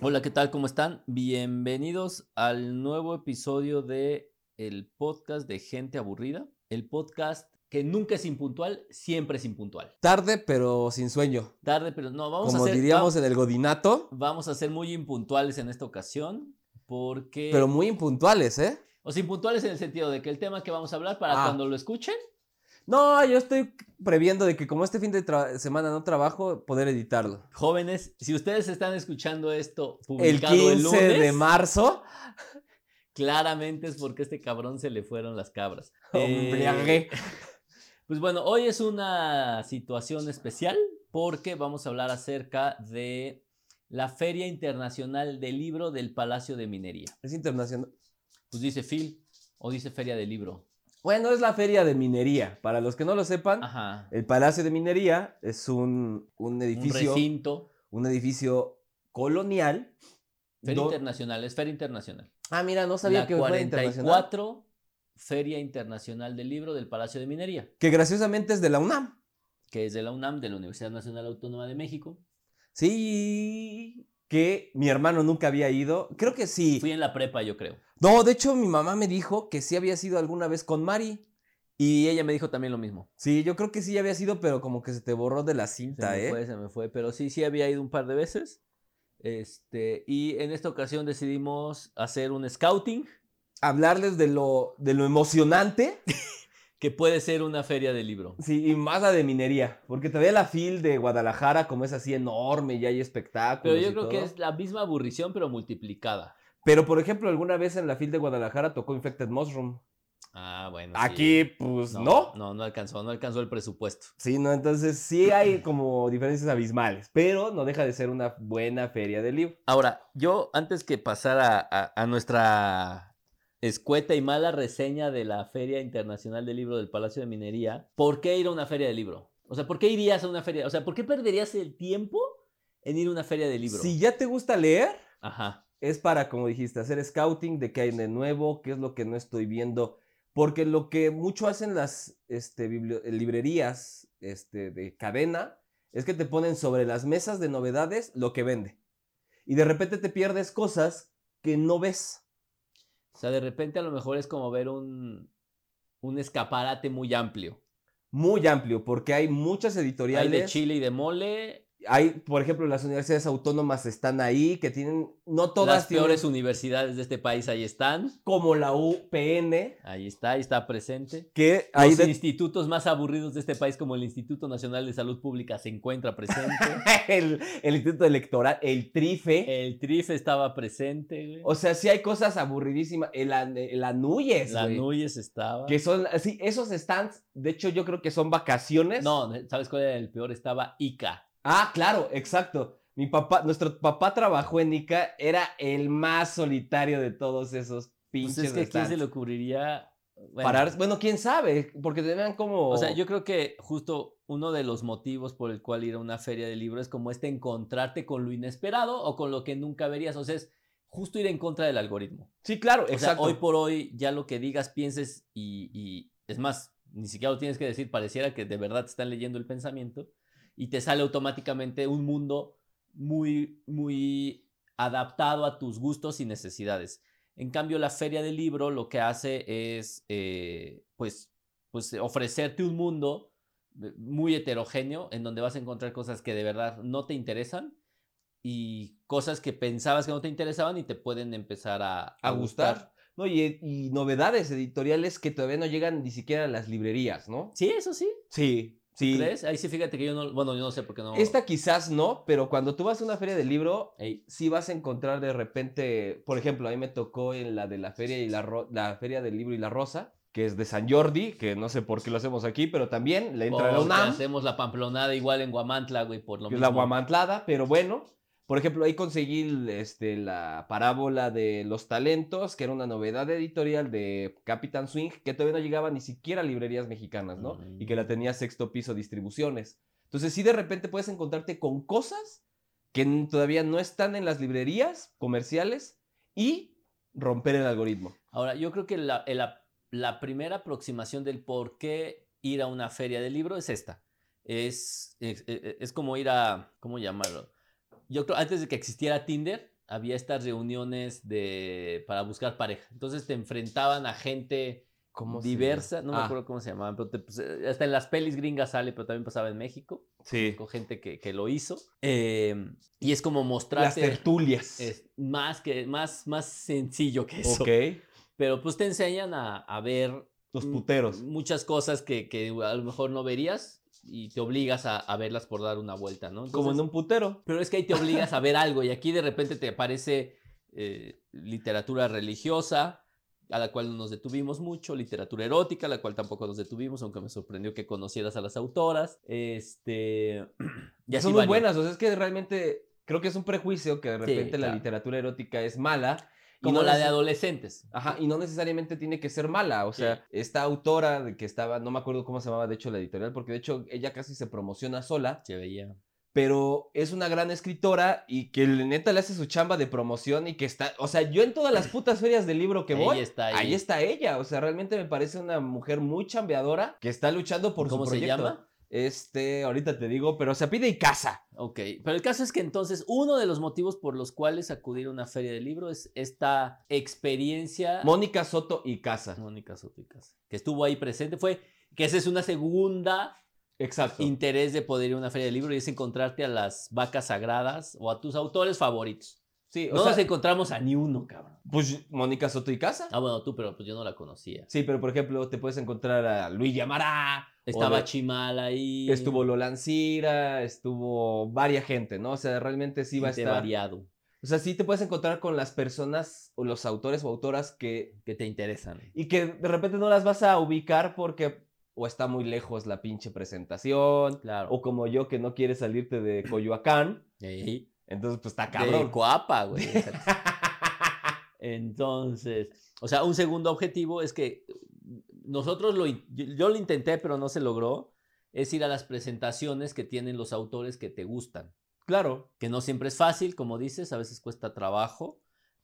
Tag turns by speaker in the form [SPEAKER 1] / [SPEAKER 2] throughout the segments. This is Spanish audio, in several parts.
[SPEAKER 1] Hola, ¿qué tal? ¿Cómo están? Bienvenidos al nuevo episodio de el podcast de Gente Aburrida, el podcast que nunca es impuntual, siempre es impuntual.
[SPEAKER 2] Tarde, pero sin sueño.
[SPEAKER 1] Tarde, pero no, vamos
[SPEAKER 2] Como
[SPEAKER 1] a ser
[SPEAKER 2] diríamos en el Godinato,
[SPEAKER 1] va- vamos a ser muy impuntuales en esta ocasión porque
[SPEAKER 2] pero muy impuntuales, ¿eh?
[SPEAKER 1] o sea, impuntuales en el sentido de que el tema que vamos a hablar para
[SPEAKER 2] Ah.
[SPEAKER 1] cuando lo escuchen,
[SPEAKER 2] No, yo estoy previendo de que como este fin de tra- semana no trabajo, poder editarlo.
[SPEAKER 1] jóvenes, si ustedes están escuchando esto
[SPEAKER 2] El
[SPEAKER 1] publicado el,
[SPEAKER 2] 15
[SPEAKER 1] lunes,
[SPEAKER 2] de marzo,
[SPEAKER 1] claramente es porque a este cabrón se le fueron las cabras. Eh,
[SPEAKER 2] Hombre,
[SPEAKER 1] Pues bueno, hoy es una situación especial porque vamos a hablar acerca de la Feria Internacional del Libro del Palacio de Minería.
[SPEAKER 2] es internacional.
[SPEAKER 1] Pues dice Phil o dice Feria del Libro.
[SPEAKER 2] Bueno, es la feria de minería. Para los que no lo sepan,
[SPEAKER 1] Ajá.
[SPEAKER 2] el Palacio de Minería es un, un
[SPEAKER 1] Un
[SPEAKER 2] edificio, un,
[SPEAKER 1] recinto.
[SPEAKER 2] edificio colonial.
[SPEAKER 1] Feria
[SPEAKER 2] do-
[SPEAKER 1] Internacional, es Feria Internacional.
[SPEAKER 2] Ah, mira, no sabía
[SPEAKER 1] la
[SPEAKER 2] que fuera internacional.
[SPEAKER 1] 44 Feria Internacional del Libro del Palacio de Minería,
[SPEAKER 2] Que graciosamente es de la UNAM.
[SPEAKER 1] que es de la UNAM, de la Universidad Nacional Autónoma de México.
[SPEAKER 2] Sí, que mi hermano nunca había ido. Creo que sí.
[SPEAKER 1] Fui en la prepa, yo creo.
[SPEAKER 2] No, de hecho, mi mamá me dijo que sí había sido alguna vez con Mari.
[SPEAKER 1] Y ella me dijo también lo mismo.
[SPEAKER 2] Sí, yo creo que sí había sido, pero como que se te borró de la
[SPEAKER 1] Se
[SPEAKER 2] cinta,
[SPEAKER 1] me
[SPEAKER 2] ¿eh?
[SPEAKER 1] fue, se me fue. Pero sí, sí había ido un par de veces. Este, y en esta ocasión decidimos hacer un scouting,
[SPEAKER 2] Hablarles de lo, de lo emocionante.
[SPEAKER 1] que puede ser una feria de libro.
[SPEAKER 2] Sí, y más la de minería. Porque todavía la FIL de Guadalajara, como es así enorme y hay espectáculos.
[SPEAKER 1] Pero yo
[SPEAKER 2] y
[SPEAKER 1] creo que
[SPEAKER 2] Pues todo.
[SPEAKER 1] es la misma aburrición, pero multiplicada.
[SPEAKER 2] Pero, por ejemplo, alguna vez en la FIL de Guadalajara tocó Infected Mushroom.
[SPEAKER 1] Ah, bueno. sí.
[SPEAKER 2] Aquí, pues no.
[SPEAKER 1] No, no alcanzó, no alcanzó el presupuesto.
[SPEAKER 2] Sí, no, entonces sí hay como diferencias abismales. Pero no deja de ser una buena feria del libro.
[SPEAKER 1] Ahora, yo antes que pasar a, a- a nuestra escueta y mala reseña de la Feria Internacional del Libro del Palacio de Minería, ¿por qué ir a una feria de libro? O sea, ¿por qué irías a una feria? O sea, ¿por qué perderías el tiempo en ir a una feria de libro?
[SPEAKER 2] Si ya te gusta leer.
[SPEAKER 1] Ajá.
[SPEAKER 2] es para, como dijiste, hacer scouting de qué hay de nuevo, qué es lo que no estoy viendo. Porque lo que mucho hacen las este, biblio- eh, librerías este, de cadena es que te ponen sobre las mesas de novedades lo que vende. Y de repente te pierdes cosas que no ves.
[SPEAKER 1] O sea, de repente a lo mejor es como ver un, un escaparate muy amplio.
[SPEAKER 2] Muy amplio, porque hay muchas
[SPEAKER 1] Hay
[SPEAKER 2] editoriales.
[SPEAKER 1] de chile y de mole.
[SPEAKER 2] hay, por ejemplo, las universidades autónomas están ahí, que tienen, no todas
[SPEAKER 1] las
[SPEAKER 2] tienen
[SPEAKER 1] peores universidades de este país ahí están.
[SPEAKER 2] como la UPN,
[SPEAKER 1] Ahí está, ahí está presente.
[SPEAKER 2] que
[SPEAKER 1] Los
[SPEAKER 2] ahí de-
[SPEAKER 1] institutos más aburridos de este país, como el Instituto Nacional de Salud Pública, se encuentra presente.
[SPEAKER 2] el, el Instituto Electoral, el TRIFE.
[SPEAKER 1] el TRIF estaba presente, güey.
[SPEAKER 2] O sea, sí hay cosas aburridísimas. El, an- el Anuyes,
[SPEAKER 1] la
[SPEAKER 2] güey,
[SPEAKER 1] Núñez estaba.
[SPEAKER 2] Que son así, esos stands, de hecho, yo creo que son vacaciones.
[SPEAKER 1] No, ¿sabes cuál era el peor? Estaba ICA.
[SPEAKER 2] Ah, claro, exacto. Mi papá, nuestro papá trabajó en Ica, era el más solitario de todos esos
[SPEAKER 1] Pues
[SPEAKER 2] pinches
[SPEAKER 1] es que ¿a quién
[SPEAKER 2] stands.
[SPEAKER 1] se le ocurriría bueno,
[SPEAKER 2] Parar- bueno, quién sabe, porque tenían como.
[SPEAKER 1] O sea, yo creo que justo uno de los motivos por el cual ir a una feria de libros es como este encontrarte con lo inesperado o con lo que nunca verías. O sea, es justo ir en contra del algoritmo.
[SPEAKER 2] Sí, claro,
[SPEAKER 1] O sea,
[SPEAKER 2] exacto.
[SPEAKER 1] hoy por hoy, ya lo que digas, pienses y, y- es más, ni siquiera lo tienes que decir, pareciera que de verdad te están leyendo el pensamiento y te sale automáticamente un mundo muy, muy adaptado a tus gustos y necesidades. En cambio, la feria del libro lo que hace es, eh, pues, pues, ofrecerte un mundo eh, muy heterogéneo en donde vas a encontrar cosas que de verdad no te interesan y cosas que pensabas que no te interesaban y te pueden empezar a,
[SPEAKER 2] a gustar. No, y, y novedades editoriales que todavía no llegan ni siquiera a las librerías, ¿no?
[SPEAKER 1] Sí, eso sí.
[SPEAKER 2] Sí, sí.
[SPEAKER 1] ¿Crees? Ahí sí, fíjate que yo no. Bueno, yo no sé por qué no.
[SPEAKER 2] Esta quizás no, pero cuando tú vas a una feria del libro,
[SPEAKER 1] Ey,
[SPEAKER 2] sí vas a encontrar de repente, por ejemplo, a mí me tocó en la de la feria y la, Ro- la feria del libro y la rosa, que es de San Jordi, que no sé por qué lo hacemos aquí, pero también le entra la
[SPEAKER 1] porque
[SPEAKER 2] UNAM, que
[SPEAKER 1] Hacemos la pamplonada igual en Guamantla, güey, por lo
[SPEAKER 2] es
[SPEAKER 1] menos.
[SPEAKER 2] la guamantlada, pero bueno. Por ejemplo, ahí conseguí el, este, la parábola de los talentos, que era una novedad editorial de Capitán Swing, que todavía no llegaba ni siquiera a librerías mexicanas, ¿no? Y
[SPEAKER 1] Mm.
[SPEAKER 2] que la tenía sexto piso distribuciones. Entonces, sí, de repente puedes encontrarte con cosas que n- todavía no están en las librerías comerciales y romper el algoritmo.
[SPEAKER 1] Ahora, yo creo que la, el ap- la primera aproximación del por qué ir a una feria de libro es esta. e-, Es, es, es- es como ir a. ¿Cómo llamarlo? Yo creo, antes de que existiera Tinder, había estas reuniones de, para buscar pareja. Entonces te enfrentaban a gente
[SPEAKER 2] ¿Cómo se
[SPEAKER 1] diversa, no me
[SPEAKER 2] Ah.
[SPEAKER 1] acuerdo cómo se llamaban, pero te- pues, eh, hasta en las pelis gringas sale, pero también pasaba en México,
[SPEAKER 2] llama? Sí.
[SPEAKER 1] con gente que, que lo hizo. Eh, y es como
[SPEAKER 2] Las
[SPEAKER 1] mostrarte
[SPEAKER 2] tertulias.
[SPEAKER 1] es más, que, más, más sencillo que eso.
[SPEAKER 2] ok.
[SPEAKER 1] Pero pues te enseñan a, a ver
[SPEAKER 2] Los
[SPEAKER 1] Mm,
[SPEAKER 2] puteros.
[SPEAKER 1] muchas cosas que, que a lo mejor no verías y te obligas a, a verlas por dar una vuelta, ¿no?
[SPEAKER 2] Como en
[SPEAKER 1] Mm, Entonces,
[SPEAKER 2] un putero.
[SPEAKER 1] Pero es que ahí te obligas a ver algo y aquí de repente te aparece eh, literatura religiosa, a la cual no nos detuvimos mucho, literatura erótica, a la cual tampoco nos detuvimos, aunque me sorprendió que conocieras a las autoras. Este, y así
[SPEAKER 2] Son muy
[SPEAKER 1] varias.
[SPEAKER 2] buenas. O sea, es que realmente creo que es un prejuicio que de
[SPEAKER 1] Sí,
[SPEAKER 2] repente la
[SPEAKER 1] claro.
[SPEAKER 2] literatura erótica es mala. y
[SPEAKER 1] Como
[SPEAKER 2] no
[SPEAKER 1] la de
[SPEAKER 2] neces-
[SPEAKER 1] adolescentes.
[SPEAKER 2] Ajá, y no necesariamente tiene que ser mala. O sea, esta autora de que estaba, no me acuerdo cómo se llamaba de hecho la editorial, porque de hecho ella casi se promociona sola,
[SPEAKER 1] Se veía.
[SPEAKER 2] pero es una gran escritora y que le- neta le hace su chamba de promoción y que está. O sea, yo en todas las putas ferias del libro que
[SPEAKER 1] Ella
[SPEAKER 2] voy.
[SPEAKER 1] está ahí.
[SPEAKER 2] Ahí está ella, o sea, realmente me parece una mujer muy chambeadora que está luchando por
[SPEAKER 1] ¿Cómo
[SPEAKER 2] su
[SPEAKER 1] se
[SPEAKER 2] proyecto.
[SPEAKER 1] llama?
[SPEAKER 2] Este, ahorita te digo, pero se pide y casa.
[SPEAKER 1] Ok, pero el caso es que entonces uno de los motivos por los cuales acudir a una feria de libro es esta experiencia.
[SPEAKER 2] Mónica Soto y casa.
[SPEAKER 1] Mónica Soticas, que estuvo ahí presente, fue que esa es una segunda
[SPEAKER 2] Exacto.
[SPEAKER 1] interés de poder ir a una feria de libro y es encontrarte a las vacas sagradas o a tus autores favoritos.
[SPEAKER 2] sí, o
[SPEAKER 1] No nos
[SPEAKER 2] sea,
[SPEAKER 1] encontramos a ni uno, cabrón.
[SPEAKER 2] pues Mónica Soto y casa.
[SPEAKER 1] Ah, bueno, tú, pero pues yo no la conocía.
[SPEAKER 2] Sí, pero por ejemplo, te puedes encontrar a Luis Yamará.
[SPEAKER 1] Estaba
[SPEAKER 2] o de-
[SPEAKER 1] Chimal ahí.
[SPEAKER 2] Estuvo Lolancira, estuvo varias gente, ¿no? O sea, realmente sí va a
[SPEAKER 1] gente
[SPEAKER 2] estar.
[SPEAKER 1] variado,
[SPEAKER 2] O sea, sí te puedes encontrar con las personas o los autores o autoras que.
[SPEAKER 1] que te interesan.
[SPEAKER 2] Y que de repente no las vas a ubicar porque o está muy lejos la pinche presentación.
[SPEAKER 1] Claro.
[SPEAKER 2] O como yo que no quieres salirte de Coyoacán.
[SPEAKER 1] Ey,
[SPEAKER 2] Entonces, pues está
[SPEAKER 1] de
[SPEAKER 2] cabrón.
[SPEAKER 1] Coapa, güey. Entonces, o sea, un segundo objetivo es que nosotros lo, in- yo yo lo intenté, pero no se logró, es ir a las presentaciones que tienen los autores que te gustan,
[SPEAKER 2] claro.
[SPEAKER 1] que no siempre es fácil, como dices, a veces cuesta trabajo,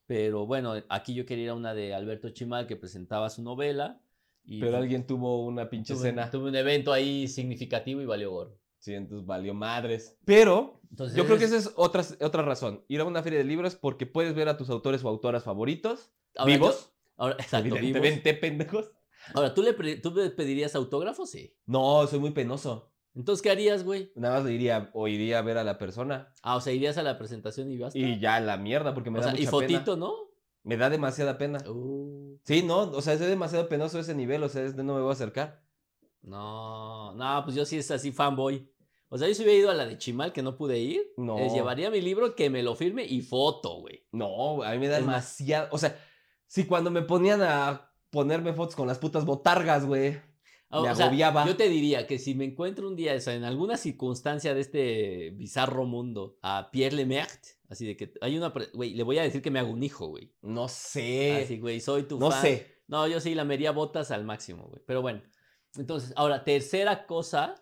[SPEAKER 1] pero bueno, aquí yo quería ir a una de Alberto Chimal que presentaba su novela y
[SPEAKER 2] Pero alguien tuvo una pinche
[SPEAKER 1] tuve,
[SPEAKER 2] cena.
[SPEAKER 1] tuve un evento ahí significativo y valió gorro.
[SPEAKER 2] Sí, entonces valió madres. Pero
[SPEAKER 1] Entonces,
[SPEAKER 2] Yo creo que esa es otra, otra razón. Ir a una feria de libros porque puedes ver a tus autores o autoras favoritos.
[SPEAKER 1] ahora yo-
[SPEAKER 2] ¿Vivos?
[SPEAKER 1] ahora, exacto, vivos.
[SPEAKER 2] Evidentemente, pendejos.
[SPEAKER 1] Ahora, ¿tú le, pre- ¿tú le pedirías autógrafo? Sí.
[SPEAKER 2] No, soy muy penoso.
[SPEAKER 1] Entonces, ¿qué harías, güey?
[SPEAKER 2] Nada más le iría o iría a ver a la persona.
[SPEAKER 1] Ah, o sea, irías a la presentación y basta.
[SPEAKER 2] Y ya la mierda, porque me
[SPEAKER 1] O
[SPEAKER 2] da
[SPEAKER 1] sea, y
[SPEAKER 2] mucha
[SPEAKER 1] fotito,
[SPEAKER 2] pena.
[SPEAKER 1] ¿no?
[SPEAKER 2] Me da demasiada pena.
[SPEAKER 1] Uh,
[SPEAKER 2] Sí, no, o sea, es demasiado penoso ese nivel, o sea, es de no me voy a acercar.
[SPEAKER 1] no, no, pues yo sí es así fanboy. O sea, yo si hubiera ido a la de Chimal, que no pude ir,
[SPEAKER 2] No.
[SPEAKER 1] les llevaría mi libro, que me lo firme y foto, güey.
[SPEAKER 2] No, a mí me da
[SPEAKER 1] Es más-
[SPEAKER 2] demasiado. O sea, si cuando me ponían a ponerme fotos con las putas botargas, güey.
[SPEAKER 1] Ah,
[SPEAKER 2] Me
[SPEAKER 1] o sea,
[SPEAKER 2] agobiaba.
[SPEAKER 1] yo te diría que si me encuentro un día, o sea, en alguna circunstancia de este bizarro mundo, a Pierre Lemaitre, así de que hay una... pre- Güey, le voy a decir que me hago un hijo, güey.
[SPEAKER 2] No sé.
[SPEAKER 1] Así, güey, soy tu
[SPEAKER 2] Eh, no
[SPEAKER 1] fan.
[SPEAKER 2] sé.
[SPEAKER 1] No, yo sí lamería botas al máximo, güey. Pero bueno. Entonces, ahora, tercera cosa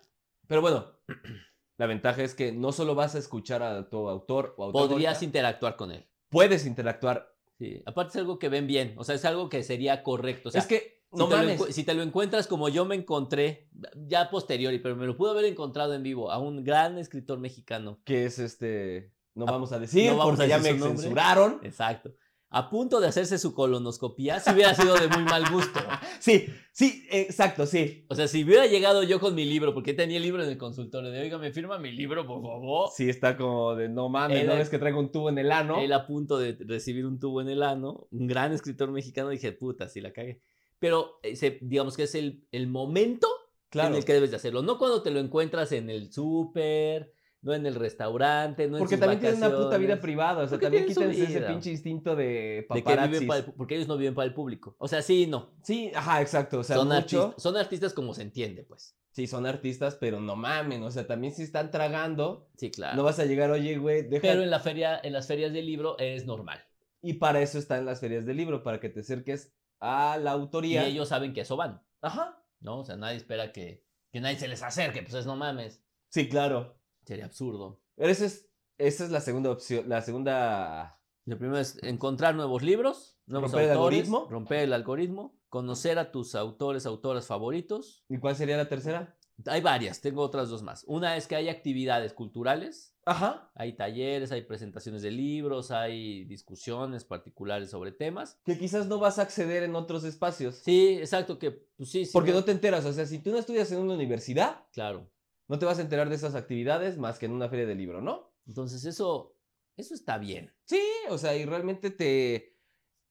[SPEAKER 2] Pero bueno, la ventaja es que no solo vas a escuchar a tu autor o autor.
[SPEAKER 1] podrías interactuar con él.
[SPEAKER 2] Puedes interactuar.
[SPEAKER 1] Sí, aparte es algo que ven bien, o sea, es algo que sería correcto. O sea,
[SPEAKER 2] es que,
[SPEAKER 1] si,
[SPEAKER 2] no
[SPEAKER 1] te lo
[SPEAKER 2] mames.
[SPEAKER 1] encu- si te lo encuentras como yo me encontré, ya posteriori, pero me lo pude haber encontrado en vivo, a un gran escritor mexicano.
[SPEAKER 2] Que es este. No
[SPEAKER 1] Ah,
[SPEAKER 2] vamos a decir
[SPEAKER 1] no vamos
[SPEAKER 2] porque
[SPEAKER 1] a
[SPEAKER 2] ya
[SPEAKER 1] decir
[SPEAKER 2] me
[SPEAKER 1] su nombre.
[SPEAKER 2] censuraron.
[SPEAKER 1] Exacto. A punto de hacerse su colonoscopía, si hubiera sido de muy mal gusto.
[SPEAKER 2] Sí, sí, exacto, sí.
[SPEAKER 1] O sea, si hubiera llegado yo con mi libro, porque tenía el libro en el consultorio, de oiga, me firma mi libro, por favor.
[SPEAKER 2] Sí, está como de no mames,
[SPEAKER 1] Él-
[SPEAKER 2] no ves que traigo un tubo en el ano.
[SPEAKER 1] Él a punto de recibir un tubo en el ano, un gran escritor mexicano, dije, puta, si la cagué. Pero eh, se- digamos que es el, el momento
[SPEAKER 2] claro.
[SPEAKER 1] en el que debes de hacerlo. No cuando te lo encuentras en el súper, no en el restaurante, no en
[SPEAKER 2] Porque
[SPEAKER 1] sus
[SPEAKER 2] también tienen una puta vida
[SPEAKER 1] vacaciones.
[SPEAKER 2] privada. O sea,
[SPEAKER 1] Porque
[SPEAKER 2] también
[SPEAKER 1] tienen su
[SPEAKER 2] quítense ese
[SPEAKER 1] vida.
[SPEAKER 2] pinche instinto de
[SPEAKER 1] De que
[SPEAKER 2] paparazzi.
[SPEAKER 1] viven para el- porque ellos no viven para el público. O sea, sí y no.
[SPEAKER 2] Sí, ajá, exacto. O sea,
[SPEAKER 1] son,
[SPEAKER 2] mucho.
[SPEAKER 1] artistas, son artistas como se entiende, pues.
[SPEAKER 2] Sí, son artistas, pero no mamen. O sea, también si están tragando,
[SPEAKER 1] Sí, claro.
[SPEAKER 2] no vas a llegar, oye, güey, deja.
[SPEAKER 1] Ah. Pero en, la feria, en las ferias del libro es normal.
[SPEAKER 2] Y para eso están las ferias del libro, para que te acerques a la
[SPEAKER 1] Y
[SPEAKER 2] autoría.
[SPEAKER 1] ellos saben que a eso van,
[SPEAKER 2] Ajá.
[SPEAKER 1] ¿no? O sea, nadie espera que, que nadie se les acerque, pues es no mames.
[SPEAKER 2] Sí, claro.
[SPEAKER 1] Sería absurdo.
[SPEAKER 2] Pero esa es, esa es la segunda opción, la segunda...
[SPEAKER 1] Lo primero es encontrar nuevos libros, nuevos
[SPEAKER 2] Romper el
[SPEAKER 1] autores,
[SPEAKER 2] algoritmo.
[SPEAKER 1] romper el algoritmo, conocer a tus autores, autoras favoritos.
[SPEAKER 2] ¿Y cuál sería la tercera?
[SPEAKER 1] Hay varias, tengo otras dos más. Una es que hay actividades culturales,
[SPEAKER 2] Ajá.
[SPEAKER 1] hay talleres, hay presentaciones de libros, hay discusiones particulares sobre temas.
[SPEAKER 2] Que quizás no vas a acceder en otros espacios.
[SPEAKER 1] Sí, exacto, que pues sí, sí,
[SPEAKER 2] Porque no te enteras, o sea, si tú no estudias en una universidad,
[SPEAKER 1] Claro.
[SPEAKER 2] no te vas a enterar de esas actividades más que en una feria de libro, ¿no?
[SPEAKER 1] Entonces eso, eso está bien.
[SPEAKER 2] Sí, o sea, y realmente te...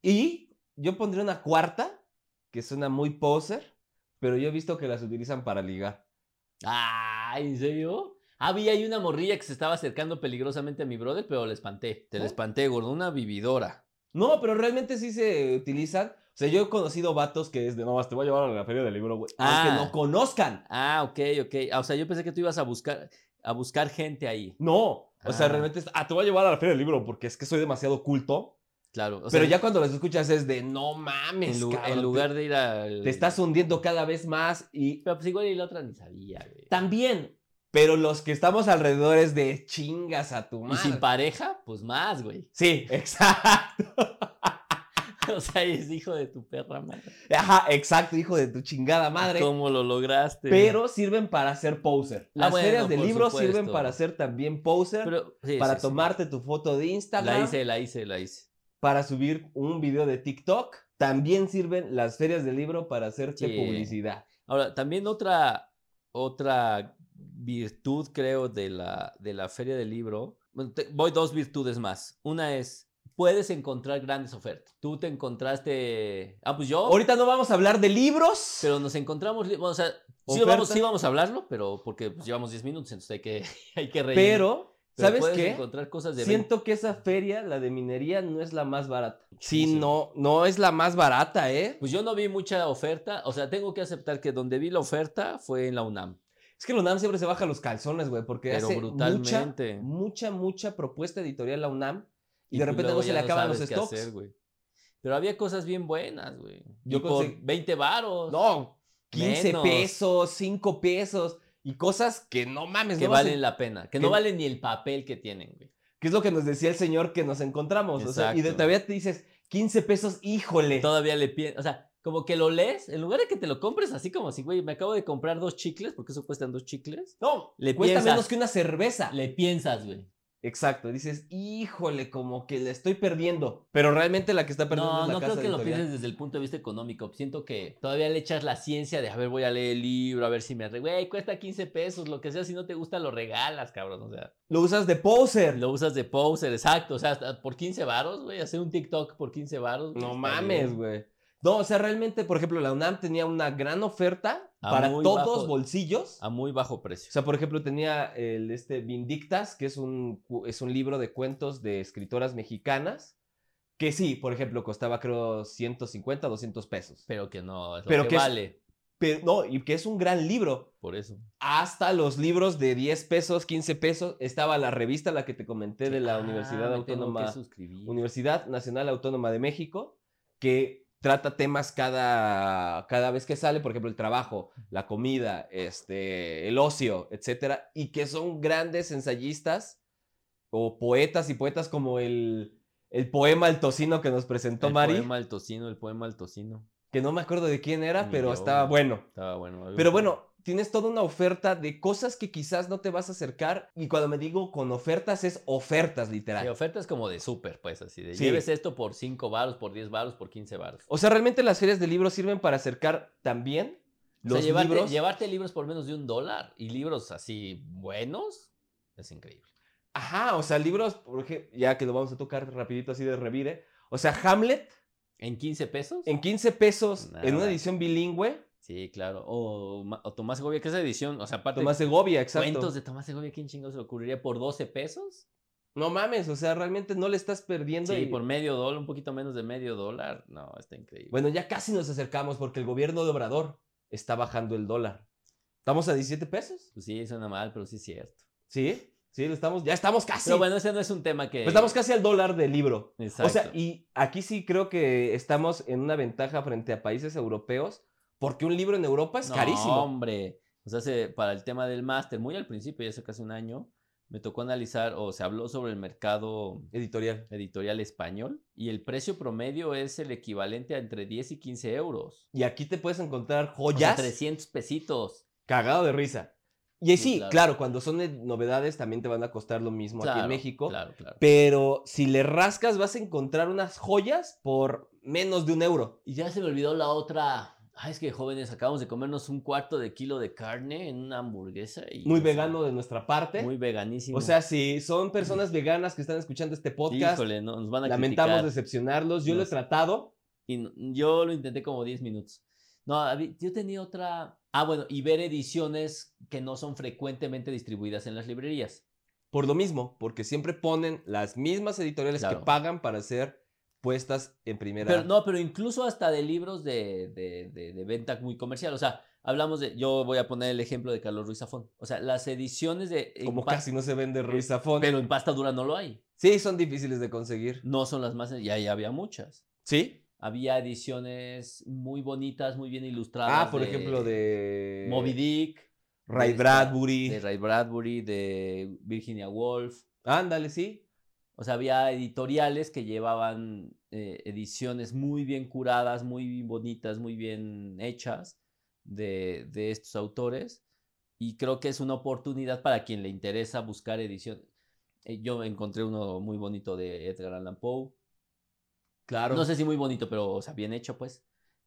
[SPEAKER 2] Y yo pondría una cuarta, que suena muy poser, pero yo he visto que las utilizan para ligar.
[SPEAKER 1] Ay, Ah, ¿en serio? Había ahí una morrilla que se estaba acercando peligrosamente a mi brother, pero la espanté. Te la
[SPEAKER 2] ¿Eh?
[SPEAKER 1] espanté, gordo, una vividora.
[SPEAKER 2] No, pero realmente sí se utilizan. O sea, yo he conocido vatos que es de, no, más te voy a llevar a la feria del libro, güey.
[SPEAKER 1] Ah.
[SPEAKER 2] Aunque no conozcan.
[SPEAKER 1] Ah, ok, ok. Ah, o sea, yo pensé que tú ibas a buscar, a buscar gente ahí.
[SPEAKER 2] No. O sea,
[SPEAKER 1] Ah.
[SPEAKER 2] realmente es, ah, te voy a llevar a la feria del libro porque es que soy demasiado culto.
[SPEAKER 1] Claro. o
[SPEAKER 2] pero
[SPEAKER 1] sea,
[SPEAKER 2] ya cuando las escuchas es de, no mames,
[SPEAKER 1] en, lu- en
[SPEAKER 2] cabrón, te-
[SPEAKER 1] lugar de ir al...
[SPEAKER 2] te estás hundiendo cada vez más y
[SPEAKER 1] Pero pues igual y la otra ni sabía, güey.
[SPEAKER 2] también, pero los que estamos alrededor es de chingas a tu
[SPEAKER 1] Y
[SPEAKER 2] madre.
[SPEAKER 1] sin pareja, pues más, güey.
[SPEAKER 2] sí, exacto.
[SPEAKER 1] O sea, es hijo de tu perra madre.
[SPEAKER 2] Ajá, exacto, hijo de tu chingada madre.
[SPEAKER 1] ¿Cómo lo lograste?
[SPEAKER 2] Pero sirven para ser poser.
[SPEAKER 1] Ah,
[SPEAKER 2] Las
[SPEAKER 1] bueno,
[SPEAKER 2] ferias de
[SPEAKER 1] por
[SPEAKER 2] libros sirven
[SPEAKER 1] supuesto.
[SPEAKER 2] para ser también poser,
[SPEAKER 1] Pero- sí,
[SPEAKER 2] para
[SPEAKER 1] sí, sí.
[SPEAKER 2] tomarte tu foto de Instagram,
[SPEAKER 1] La hice, la hice, la hice.
[SPEAKER 2] para subir un video de TikTok. También sirven las ferias de libro para hacerte
[SPEAKER 1] Sí.
[SPEAKER 2] publicidad.
[SPEAKER 1] Ahora, también otra, otra virtud, creo, de la, de la Feria del Libro. Bueno, te- voy dos virtudes más. Una es, puedes encontrar grandes ofertas. Tú te encontraste. Ah, pues yo.
[SPEAKER 2] Ahorita no vamos a hablar de libros.
[SPEAKER 1] Pero nos encontramos. li- bueno, o sea, sí lo vamos,
[SPEAKER 2] Oferta.
[SPEAKER 1] sí vamos a hablarlo, pero porque pues, llevamos 10 minutos, entonces hay que, hay que rellenar.
[SPEAKER 2] Pero, ¿sabes
[SPEAKER 1] puedes
[SPEAKER 2] qué?
[SPEAKER 1] encontrar cosas de
[SPEAKER 2] Siento que esa feria, la de minería, no es la más barata. Sí,
[SPEAKER 1] Muchísimo.
[SPEAKER 2] no, no es la más barata, ¿eh?
[SPEAKER 1] Pues yo no vi mucha oferta. O sea, tengo que aceptar que donde vi la oferta fue en la UNAM.
[SPEAKER 2] Es que la UNAM siempre se baja los calzones, güey, porque
[SPEAKER 1] Pero
[SPEAKER 2] hace mucha,
[SPEAKER 1] brutalmente.
[SPEAKER 2] mucha, mucha propuesta editorial la UNAM y, de
[SPEAKER 1] pues
[SPEAKER 2] repente
[SPEAKER 1] luego
[SPEAKER 2] no se
[SPEAKER 1] ya
[SPEAKER 2] le acaban los
[SPEAKER 1] sabes qué
[SPEAKER 2] stocks.
[SPEAKER 1] hacer, güey. Pero había cosas bien buenas, güey.
[SPEAKER 2] Yo
[SPEAKER 1] Yo por
[SPEAKER 2] consegui-
[SPEAKER 1] 20 varos.
[SPEAKER 2] no, 15
[SPEAKER 1] Menos.
[SPEAKER 2] pesos, 5 pesos y cosas que no mames,
[SPEAKER 1] Que
[SPEAKER 2] pues no vas a-
[SPEAKER 1] valen la pena. Que
[SPEAKER 2] que-
[SPEAKER 1] no valen ni el papel que tienen, güey.
[SPEAKER 2] que es lo que nos decía el señor que nos encontramos. O sea, y de,
[SPEAKER 1] Exacto.
[SPEAKER 2] todavía te dices, 15 pesos, híjole.
[SPEAKER 1] Todavía le piensas. O sea, como que lo lees, en lugar de que te lo compres así como así, güey, me acabo de comprar dos chicles, porque eso cuestan dos chicles.
[SPEAKER 2] No,
[SPEAKER 1] Le
[SPEAKER 2] cuesta
[SPEAKER 1] piensas.
[SPEAKER 2] menos que una cerveza.
[SPEAKER 1] Le piensas, güey.
[SPEAKER 2] Exacto, dices, híjole, como que la estoy perdiendo. Pero realmente la que está perdiendo
[SPEAKER 1] No,
[SPEAKER 2] es la
[SPEAKER 1] no
[SPEAKER 2] casa
[SPEAKER 1] creo que lo
[SPEAKER 2] editorial.
[SPEAKER 1] pienses desde el punto de vista económico. Siento que todavía le echas la ciencia de, a ver, voy a leer el libro, a ver si me... arre- Güey, cuesta 15 pesos, lo que sea, si no te gusta lo regalas, cabrón. O sea,
[SPEAKER 2] Lo usas de poser.
[SPEAKER 1] Lo usas de poser, exacto. O sea, hasta por 15 varos, güey. Hacer un TikTok por 15 varos. güey,
[SPEAKER 2] no
[SPEAKER 1] está
[SPEAKER 2] mames,
[SPEAKER 1] bien.
[SPEAKER 2] güey. No, o sea, realmente, por ejemplo, la UNAM tenía una gran oferta
[SPEAKER 1] A
[SPEAKER 2] para
[SPEAKER 1] muy
[SPEAKER 2] todos
[SPEAKER 1] bajo-
[SPEAKER 2] bolsillos.
[SPEAKER 1] A muy bajo
[SPEAKER 2] O
[SPEAKER 1] precio.
[SPEAKER 2] sea, por ejemplo, tenía el este Vindictas, que es un, cu- es un libro de cuentos de escritoras mexicanas, que sí, por ejemplo, costaba creo 150, 200 pesos.
[SPEAKER 1] Pero que no es lo
[SPEAKER 2] Pero
[SPEAKER 1] que,
[SPEAKER 2] que es-
[SPEAKER 1] vale.
[SPEAKER 2] Pero no, y que es un gran libro.
[SPEAKER 1] Por eso.
[SPEAKER 2] Hasta los libros de 10 pesos, 15 pesos, estaba la revista, la que te comenté de la
[SPEAKER 1] Ah,
[SPEAKER 2] Universidad
[SPEAKER 1] me tengo
[SPEAKER 2] Autónoma.
[SPEAKER 1] que suscribir.
[SPEAKER 2] Universidad Nacional Autónoma de México, que trata temas cada, cada vez que sale, por ejemplo, el trabajo, la comida, este, el ocio, etcétera, y que son grandes ensayistas o poetas y poetas como el, el poema El Tocino que nos presentó
[SPEAKER 1] el
[SPEAKER 2] Mari,
[SPEAKER 1] poema al tocino, el poema al tocino.
[SPEAKER 2] que no me acuerdo de quién era,
[SPEAKER 1] Ni
[SPEAKER 2] pero
[SPEAKER 1] yo,
[SPEAKER 2] estaba
[SPEAKER 1] güey.
[SPEAKER 2] bueno.
[SPEAKER 1] Estaba bueno. había un
[SPEAKER 2] Pero
[SPEAKER 1] poema.
[SPEAKER 2] bueno, tienes toda una oferta de cosas que quizás no te vas a acercar, y cuando me digo con ofertas, es ofertas literal.
[SPEAKER 1] Sí, ofertas como de súper, pues, así de
[SPEAKER 2] Sí.
[SPEAKER 1] lleves esto por 5 varos, por 10 varos, por 15 varos.
[SPEAKER 2] O sea, realmente las ferias de libros sirven para acercar también
[SPEAKER 1] O sea, eh,
[SPEAKER 2] los
[SPEAKER 1] llevarte,
[SPEAKER 2] libros.
[SPEAKER 1] llevarte libros por menos de un dólar y libros así buenos es increíble.
[SPEAKER 2] Ajá, o sea, libros, por ej- ya que lo vamos a tocar rapidito así de revire. O sea, Hamlet
[SPEAKER 1] ¿En 15 pesos?
[SPEAKER 2] en 15 pesos en una
[SPEAKER 1] Nada.
[SPEAKER 2] edición bilingüe.
[SPEAKER 1] Sí, claro. O, Ma- o Tomás Segovia, que esa edición, o sea, aparte
[SPEAKER 2] Tomás Segovia, exacto.
[SPEAKER 1] cuentos de Tomás Segovia, ¿quién chingados se le ocurriría por 12 pesos?
[SPEAKER 2] No mames, o sea, realmente no le estás perdiendo.
[SPEAKER 1] Sí,
[SPEAKER 2] y-
[SPEAKER 1] por medio dólar, un poquito menos de medio dólar. No, está increíble.
[SPEAKER 2] Bueno, ya casi nos acercamos porque el gobierno de Obrador está bajando el dólar. ¿Estamos a 17 pesos?
[SPEAKER 1] Pues sí, suena mal, pero sí es cierto.
[SPEAKER 2] Sí, sí, lo estamos, ya estamos casi.
[SPEAKER 1] Pero bueno, ese no es un tema que...
[SPEAKER 2] Pues estamos casi al dólar del libro. O sea,
[SPEAKER 1] Exacto.
[SPEAKER 2] y aquí sí creo que estamos en una ventaja frente a países europeos, porque un libro en Europa es
[SPEAKER 1] No,
[SPEAKER 2] carísimo.
[SPEAKER 1] hombre. O sea, se- para el tema del máster, muy al principio, ya hace casi un año, me tocó analizar, o se habló sobre el mercado
[SPEAKER 2] Editorial.
[SPEAKER 1] editorial español, y el precio promedio es el equivalente a entre 10 y 15 euros.
[SPEAKER 2] Y aquí te puedes encontrar
[SPEAKER 1] O sea,
[SPEAKER 2] joyas
[SPEAKER 1] 300 pesitos.
[SPEAKER 2] cagado de risa. Y ahí
[SPEAKER 1] Sí,
[SPEAKER 2] sí,
[SPEAKER 1] claro.
[SPEAKER 2] claro. cuando son eh, novedades también te van a costar lo mismo aquí en
[SPEAKER 1] Claro,
[SPEAKER 2] México.
[SPEAKER 1] Claro, claro.
[SPEAKER 2] Pero si le rascas vas a encontrar unas joyas por menos de un euro.
[SPEAKER 1] Y ya se me olvidó la otra. Ay, es que jóvenes, acabamos de comernos un cuarto de kilo de carne en una hamburguesa. Y
[SPEAKER 2] Muy
[SPEAKER 1] o sea,
[SPEAKER 2] vegano de nuestra parte.
[SPEAKER 1] Muy veganísimo.
[SPEAKER 2] o sea, si son personas veganas que están escuchando este podcast,
[SPEAKER 1] Híjole, no, nos van a
[SPEAKER 2] lamentamos
[SPEAKER 1] criticar.
[SPEAKER 2] decepcionarlos. Yo lo he
[SPEAKER 1] Nos-
[SPEAKER 2] tratado.
[SPEAKER 1] Y no- yo lo intenté como 10 minutos. No, habí- yo tenía otra. Ah, bueno, y ver ediciones que no son frecuentemente distribuidas en las librerías.
[SPEAKER 2] Por lo mismo, porque siempre ponen las mismas editoriales
[SPEAKER 1] Claro.
[SPEAKER 2] que pagan para ser puestas en primera.
[SPEAKER 1] Pero no, pero incluso hasta de libros de, de- de- de venta muy comercial. O sea, hablamos de. Yo voy a poner el ejemplo de Carlos Ruiz Zafón. O sea, las ediciones de. en
[SPEAKER 2] como
[SPEAKER 1] pa-
[SPEAKER 2] casi no se vende Ruiz Zafón.
[SPEAKER 1] eh, Pero en pasta dura no lo hay.
[SPEAKER 2] Sí, son difíciles de conseguir.
[SPEAKER 1] No son las más. Ya, ya había muchas.
[SPEAKER 2] ¿Sí?
[SPEAKER 1] Había ediciones muy bonitas, muy bien ilustradas.
[SPEAKER 2] Ah, por ejemplo, de.
[SPEAKER 1] Moby Dick,
[SPEAKER 2] Ray
[SPEAKER 1] de esta-
[SPEAKER 2] Bradbury.
[SPEAKER 1] de Ray Bradbury, de Virginia Woolf.
[SPEAKER 2] Ándale, sí.
[SPEAKER 1] O sea, había editoriales que llevaban eh, ediciones muy bien curadas, muy bonitas, muy bien hechas de, de estos autores. Y creo que es una oportunidad para quien le interesa buscar edición. Eh, Yo encontré uno muy bonito de Edgar Allan Poe.
[SPEAKER 2] Claro.
[SPEAKER 1] No sé si muy bonito, pero o sea, bien hecho, pues.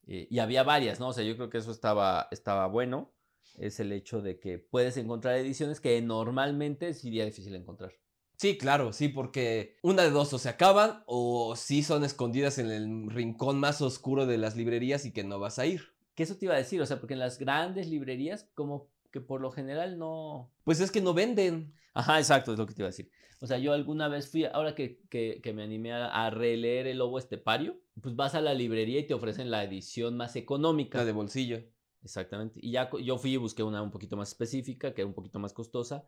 [SPEAKER 1] Eh, y había varias, ¿no? O sea, yo creo que eso estaba, estaba bueno. Es el hecho de que puedes encontrar ediciones que normalmente sería difícil encontrar.
[SPEAKER 2] Sí, claro, sí, porque una de dos o se acaban o sí son escondidas en el rincón más oscuro de las librerías y que no vas a ir.
[SPEAKER 1] que eso te iba a decir, o sea, porque en las grandes librerías como que por lo general no...
[SPEAKER 2] Pues es que no venden.
[SPEAKER 1] Ajá, exacto, es lo que te iba a decir. O sea, yo alguna vez fui, ahora que, que, que me animé a, a releer El Lobo Estepario, pues vas a la librería y te ofrecen la edición más económica.
[SPEAKER 2] La de bolsillo.
[SPEAKER 1] Exactamente. Y ya co- yo fui y busqué una un poquito más específica, que era un poquito más costosa,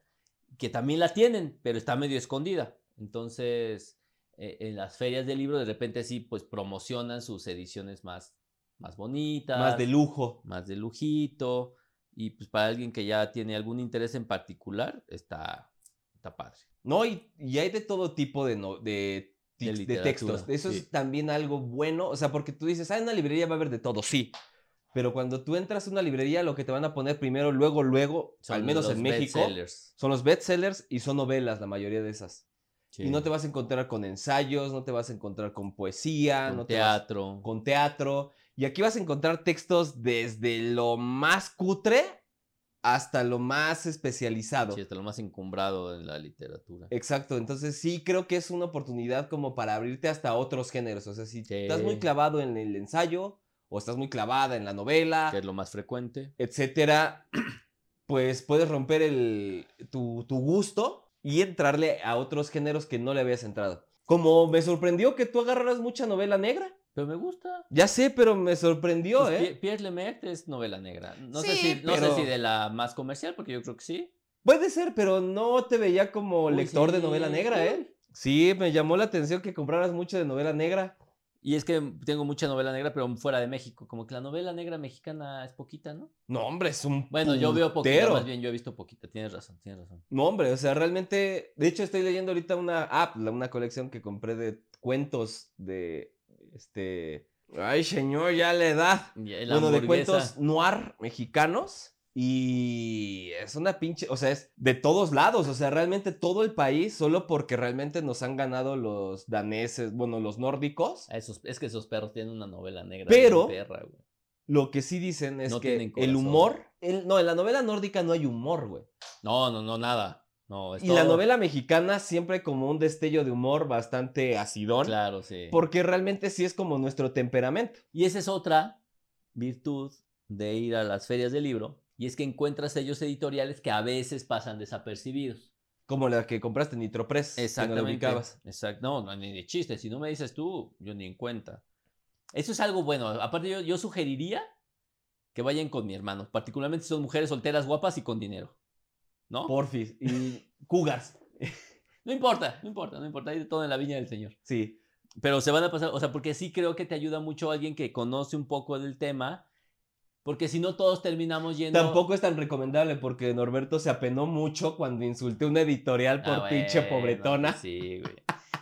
[SPEAKER 1] que también la tienen, pero está medio escondida. Entonces, eh, en las ferias de libro, de repente sí, pues promocionan sus ediciones más, más bonitas
[SPEAKER 2] Más de lujo.
[SPEAKER 1] más de lujito. Y pues para alguien que ya tiene algún interés en particular, está, está padre.
[SPEAKER 2] No, y, y hay de todo tipo de, no- de,
[SPEAKER 1] De
[SPEAKER 2] tix- de
[SPEAKER 1] literatura,
[SPEAKER 2] textos. Eso
[SPEAKER 1] sí.
[SPEAKER 2] es también algo bueno. O sea, porque tú dices, ah, en una librería va a haber de todo, sí. Pero cuando tú entras a una librería, lo que te van a poner primero, luego, luego,
[SPEAKER 1] Son
[SPEAKER 2] al menos
[SPEAKER 1] los
[SPEAKER 2] en México,
[SPEAKER 1] bestsellers.
[SPEAKER 2] son los bestsellers y son novelas, la mayoría de esas.
[SPEAKER 1] Sí.
[SPEAKER 2] Y no te vas a encontrar con ensayos, no te vas a encontrar con poesía,
[SPEAKER 1] Con
[SPEAKER 2] no te vas
[SPEAKER 1] teatro.
[SPEAKER 2] con teatro. Y aquí vas a encontrar textos desde lo más cutre hasta lo más especializado.
[SPEAKER 1] Sí, hasta lo más encumbrado en la literatura.
[SPEAKER 2] Exacto, entonces sí creo que es una oportunidad como para abrirte hasta otros géneros. O sea, si
[SPEAKER 1] Sí.
[SPEAKER 2] estás muy clavado en el ensayo o estás muy clavada en la novela,
[SPEAKER 1] que es lo más frecuente.
[SPEAKER 2] etcétera, pues puedes romper el, tu, tu gusto y entrarle a otros géneros que no le habías entrado. Como me sorprendió que tú agarraras mucha novela negra.
[SPEAKER 1] Pero me gusta.
[SPEAKER 2] Ya sé, pero me sorprendió,
[SPEAKER 1] Pues,
[SPEAKER 2] ¿eh?
[SPEAKER 1] Pie- Pierre Lemaitre es novela negra. No, sé
[SPEAKER 2] Sí,
[SPEAKER 1] si, no sé
[SPEAKER 2] pero-
[SPEAKER 1] si de la más comercial, porque yo creo que sí.
[SPEAKER 2] Puede ser, pero no te veía como
[SPEAKER 1] Uy,
[SPEAKER 2] lector de
[SPEAKER 1] sí,
[SPEAKER 2] novela negra, ¿eh? Sí, me llamó la atención que compraras mucho de novela negra.
[SPEAKER 1] Y es que tengo mucha novela negra, pero fuera de México. Como que la novela negra mexicana es poquita, ¿no?
[SPEAKER 2] No, hombre, es un
[SPEAKER 1] Bueno, yo veo poquita.
[SPEAKER 2] putero.
[SPEAKER 1] Más bien, yo he visto poquita. Tienes razón, tienes razón.
[SPEAKER 2] No, hombre, o sea, realmente, de hecho estoy leyendo ahorita una app, la- una colección que compré de cuentos de, este, ay señor, ya la edad.
[SPEAKER 1] Y el
[SPEAKER 2] bueno, de
[SPEAKER 1] hamburguesa.
[SPEAKER 2] cuentos noir mexicanos y es una pinche, o sea, es de todos lados, o sea, realmente todo el país, solo porque realmente nos han ganado los daneses, bueno, los nórdicos.
[SPEAKER 1] A esos- es que esos perros tienen una novela negra. bien
[SPEAKER 2] Pero-
[SPEAKER 1] perra, güey.
[SPEAKER 2] Lo que sí dicen es
[SPEAKER 1] No tienen
[SPEAKER 2] que
[SPEAKER 1] corazón.
[SPEAKER 2] el humor, el- no, en la novela nórdica no hay humor, güey.
[SPEAKER 1] No, no, no, nada. No, es
[SPEAKER 2] Y la
[SPEAKER 1] todo-
[SPEAKER 2] novela mexicana siempre hay como un destello de humor bastante acidón.
[SPEAKER 1] Claro, sí.
[SPEAKER 2] Porque realmente sí es como nuestro temperamento.
[SPEAKER 1] Y esa es otra virtud de ir a las ferias del libro. Y es que encuentras sellos editoriales que a veces pasan desapercibidos.
[SPEAKER 2] Como la que compraste en Nitropress. que no la ubicabas.
[SPEAKER 1] Exact- No, no, ni de chiste. Si no me dices tú, yo ni en cuenta. Eso es algo bueno. Aparte, yo, yo sugeriría que vayan con mi hermano. Particularmente si son mujeres solteras, guapas y con dinero. ¿No?
[SPEAKER 2] Porfis y Cougars.
[SPEAKER 1] No importa, no importa, no importa. Hay de todo en la viña del Señor.
[SPEAKER 2] Sí.
[SPEAKER 1] Pero se van a pasar, o sea, porque sí creo que te ayuda mucho alguien que conoce un poco del tema, porque si no todos terminamos yendo.
[SPEAKER 2] Tampoco es tan recomendable porque Norberto se apenó mucho cuando insulté una editorial por
[SPEAKER 1] Ah,
[SPEAKER 2] pinche
[SPEAKER 1] bueno,
[SPEAKER 2] pobretona.
[SPEAKER 1] pues sí, güey.